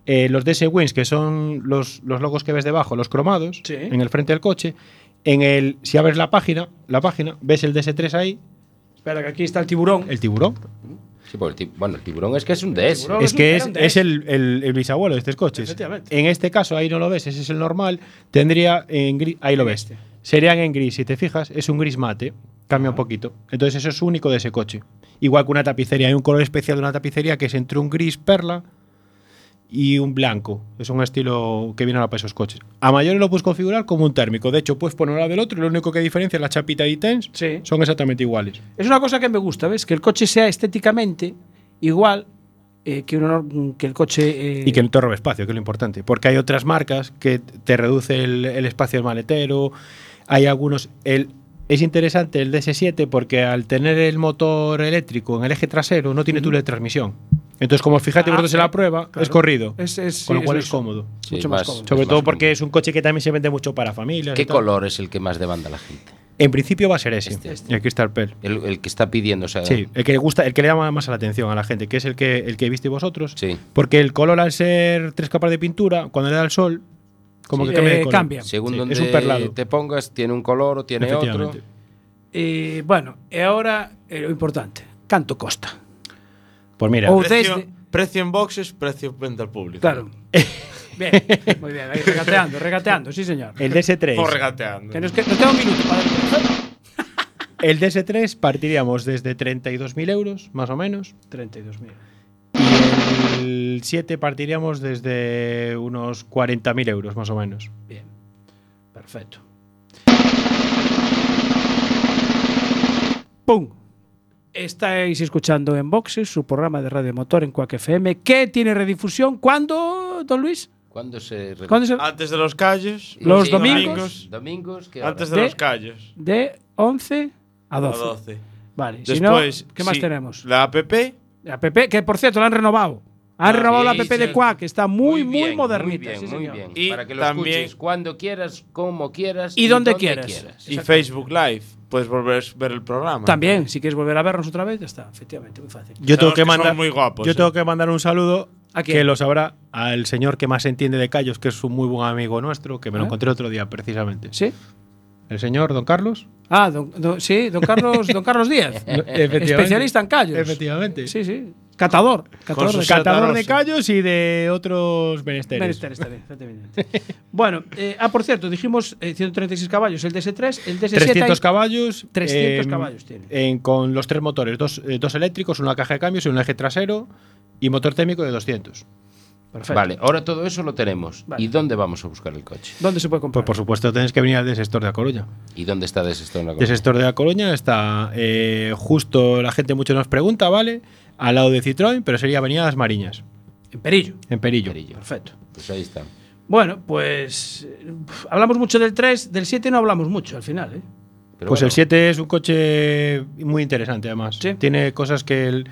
Speaker 9: eh, los DS Wings, que son los, los logos que ves debajo, los cromados,
Speaker 1: Sí.
Speaker 9: en el frente del coche, en el si abres la página, la página, ves el DS3 ahí,
Speaker 1: Espera, que aquí está el tiburón.
Speaker 9: el tiburón.
Speaker 5: Sí, pues el ti- bueno, el tiburón es que es un DS.
Speaker 9: Es que es, es el, el- el bisabuelo de estos coches.
Speaker 5: Efectivamente.
Speaker 9: En este caso, ahí no lo ves, ese es el normal. Tendría en gris, ahí lo ves. Serían en gris, si te fijas, es un gris mate, cambia un poquito. Entonces, eso es único de ese coche. Igual que una tapicería, hay un color especial de una tapicería que es entre un gris perla y un blanco. Es un estilo que viene ahora para esos coches. A mayores lo puedes configurar como un térmico. De hecho, puedes poner uno al lado del otro y lo único que diferencia es la chapita y tens. Son exactamente iguales.
Speaker 1: Es una cosa que me gusta, ¿ves? Que el coche sea estéticamente igual eh, que, uno- que el coche. eh,
Speaker 9: Y que no te robe espacio, que es lo importante. Porque hay otras marcas que te reduce el, el espacio del maletero. Hay algunos. El, es interesante el DS7 porque al tener el motor eléctrico en el eje trasero no tiene túnel de transmisión. Entonces, como os fijáis
Speaker 1: Ah,
Speaker 9: vosotros en
Speaker 1: eh,
Speaker 9: la prueba,
Speaker 1: claro.
Speaker 9: es corrido.
Speaker 1: Es- es-
Speaker 9: con lo
Speaker 1: sí,
Speaker 9: cual
Speaker 1: es
Speaker 9: es,
Speaker 1: eso.
Speaker 9: cómodo.
Speaker 5: Sí, Mucho más más- cómodo.
Speaker 9: Sobre
Speaker 5: es
Speaker 9: todo
Speaker 5: más
Speaker 9: porque es un coche que también se vende mucho para familias. y
Speaker 5: ¿Qué
Speaker 9: tal.
Speaker 5: color es el que más demanda la gente?
Speaker 9: En principio va a ser
Speaker 1: Este,
Speaker 9: ese. El Crystal Pearl.
Speaker 5: El, el que está pidiendo, o sea,
Speaker 9: Sí, el que le gusta, el que le llama más la atención a la gente, que es el que el que viste vosotros.
Speaker 5: Sí.
Speaker 9: Porque el color al ser tres capas de pintura, cuando le da el sol, como
Speaker 5: Sí.
Speaker 9: que
Speaker 1: eh,
Speaker 9: cambia, de color.
Speaker 5: Según
Speaker 9: Sí,
Speaker 5: donde
Speaker 9: es un perlado.
Speaker 5: te pongas, tiene un color o tiene otro.
Speaker 9: Efectivamente.
Speaker 1: eh, bueno, y ahora eh, lo importante. ¿Cuánto costa?
Speaker 9: Pues mira,
Speaker 1: O
Speaker 4: precio,
Speaker 1: desde-
Speaker 4: precio en boxes, precio venta al público.
Speaker 1: Claro. Bien, muy bien, ahí regateando, regateando, sí señor.
Speaker 13: El DS3.
Speaker 1: Por
Speaker 13: Por regateando.
Speaker 1: Que nos, que- nos queda un minuto para
Speaker 9: El DS3 partiríamos desde 32.000 euros, más o menos.
Speaker 1: 32.000.
Speaker 9: Y el 7 partiríamos desde unos 40.000 euros, más o menos.
Speaker 1: Perfecto. ¡Pum! Estáis escuchando en Boxes, su programa de Radio Motor en Quack FM, que tiene redifusión. ¿Cuándo, don Luis?
Speaker 5: ¿Cuándo se re-
Speaker 1: ¿Cuándo se-
Speaker 4: Antes de los callos.
Speaker 1: Los
Speaker 4: y
Speaker 1: domingos.
Speaker 5: Domingos, ¿qué hora?
Speaker 4: Antes de,
Speaker 1: De-
Speaker 4: los callos.
Speaker 1: De 11 a
Speaker 4: A
Speaker 1: 12.
Speaker 4: 12.
Speaker 1: Vale, si no,
Speaker 4: Después,
Speaker 1: ¿qué más
Speaker 4: sí,
Speaker 1: tenemos?
Speaker 4: La app.
Speaker 1: La PP, que por cierto la han renovado. Han
Speaker 5: Ah,
Speaker 1: renovado
Speaker 5: sí,
Speaker 1: la PP de
Speaker 5: sí.
Speaker 1: Quack, que está muy, muy,
Speaker 5: bien,
Speaker 1: modernita.
Speaker 5: Muy bien,
Speaker 1: sí,
Speaker 5: muy
Speaker 1: señor.
Speaker 5: bien.
Speaker 4: Y
Speaker 5: Para que lo
Speaker 4: también-
Speaker 5: escuches cuando quieras, como quieras.
Speaker 1: Y donde quieras.
Speaker 4: Y Facebook Live. Puedes volver a ver el programa.
Speaker 1: También, si quieres volver a vernos otra vez, ya está, efectivamente, muy fácil.
Speaker 9: Yo tengo
Speaker 4: Sabemos
Speaker 9: que,
Speaker 4: que son
Speaker 9: mandar
Speaker 4: muy guapos,
Speaker 9: Yo
Speaker 4: eh.
Speaker 9: tengo que mandar un saludo
Speaker 1: ¿A quién?
Speaker 9: que lo sabrá al señor que más entiende de callos, que es un muy buen amigo nuestro, que me lo
Speaker 1: ¿Ah?
Speaker 9: encontré otro día precisamente.
Speaker 1: ¿Sí?
Speaker 9: El señor Don Carlos.
Speaker 1: Ah, don, don- sí, don Carlos, don Carlos Díaz.
Speaker 9: Efectivamente.
Speaker 1: Eh, Especialista en callos.
Speaker 9: Efectivamente.
Speaker 1: Sí, sí. Catador. Catador de
Speaker 9: catador de callos y de otros menesteres.
Speaker 1: Menesteres también, efectivamente. bueno, eh, ah, por cierto, dijimos eh, 136 caballos, el DS3, el DS7.
Speaker 9: 300
Speaker 1: hay-
Speaker 9: caballos.
Speaker 1: 300
Speaker 9: em,
Speaker 1: caballos tiene.
Speaker 9: en- con los tres motores, dos, eh, dos eléctricos, una caja de cambios y un eje trasero y motor térmico de 200.
Speaker 1: Perfecto.
Speaker 5: Vale, ahora todo eso lo tenemos.
Speaker 1: Vale.
Speaker 5: ¿Y dónde vamos a buscar el coche?
Speaker 1: ¿Dónde se puede comprar?
Speaker 9: Pues por supuesto tenéis que venir al desestor de A Coruña.
Speaker 5: ¿Y dónde está Desestón la
Speaker 9: Desestor de A Coruña está eh, justo, la gente mucho nos pregunta, ¿vale? Al lado de Citroën, pero sería Avenida Las Mariñas.
Speaker 1: En Perillo.
Speaker 9: En Perillo.
Speaker 1: Perfecto.
Speaker 5: Pues ahí está.
Speaker 1: Bueno, pues eh, hablamos mucho del 3, del 7 no hablamos mucho al final, ¿eh?
Speaker 9: pues el 7 es un coche muy interesante, además. Tiene cosas que. el-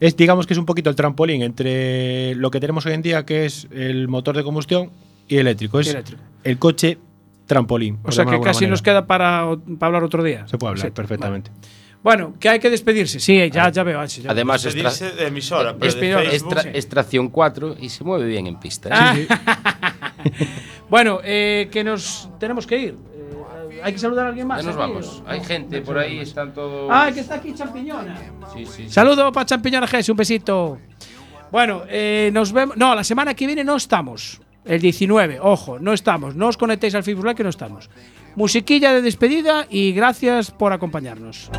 Speaker 9: es, digamos que es un poquito el trampolín entre lo que tenemos hoy en día, que es el motor de combustión y eléctrico. Es
Speaker 1: Eléctrico.
Speaker 9: el coche trampolín.
Speaker 1: O sea que casi nos queda para, o- para hablar otro día.
Speaker 9: Se puede hablar
Speaker 1: Sí,
Speaker 9: perfectamente.
Speaker 1: vale. Bueno, que hay que despedirse. Sí, ya, ya veo. Ansi, ya veo.
Speaker 5: Además, es, tra-
Speaker 4: emisora,
Speaker 5: es, es tra-
Speaker 1: Sí.
Speaker 5: es tracción 4 y se mueve bien en pista. ¿eh?
Speaker 1: Ah, Bueno, eh, que nos tenemos que ir. Eh, hay que saludar a alguien más.
Speaker 5: Ya nos
Speaker 1: aquí,
Speaker 5: vamos.
Speaker 1: ¿o?
Speaker 5: Hay
Speaker 1: No,
Speaker 5: gente
Speaker 1: no
Speaker 5: por
Speaker 1: hay
Speaker 5: ahí,
Speaker 1: más.
Speaker 5: están todos.
Speaker 1: Ah, que está aquí Champiñona.
Speaker 5: Sí, sí, sí.
Speaker 1: Saludo para Champiñona Gs, un besito. Bueno, eh, nos vemos. No, la semana que viene no estamos. El 19, ojo, no estamos. No os conectéis al Facebook Live que no estamos. Musiquilla de despedida y gracias por acompañarnos.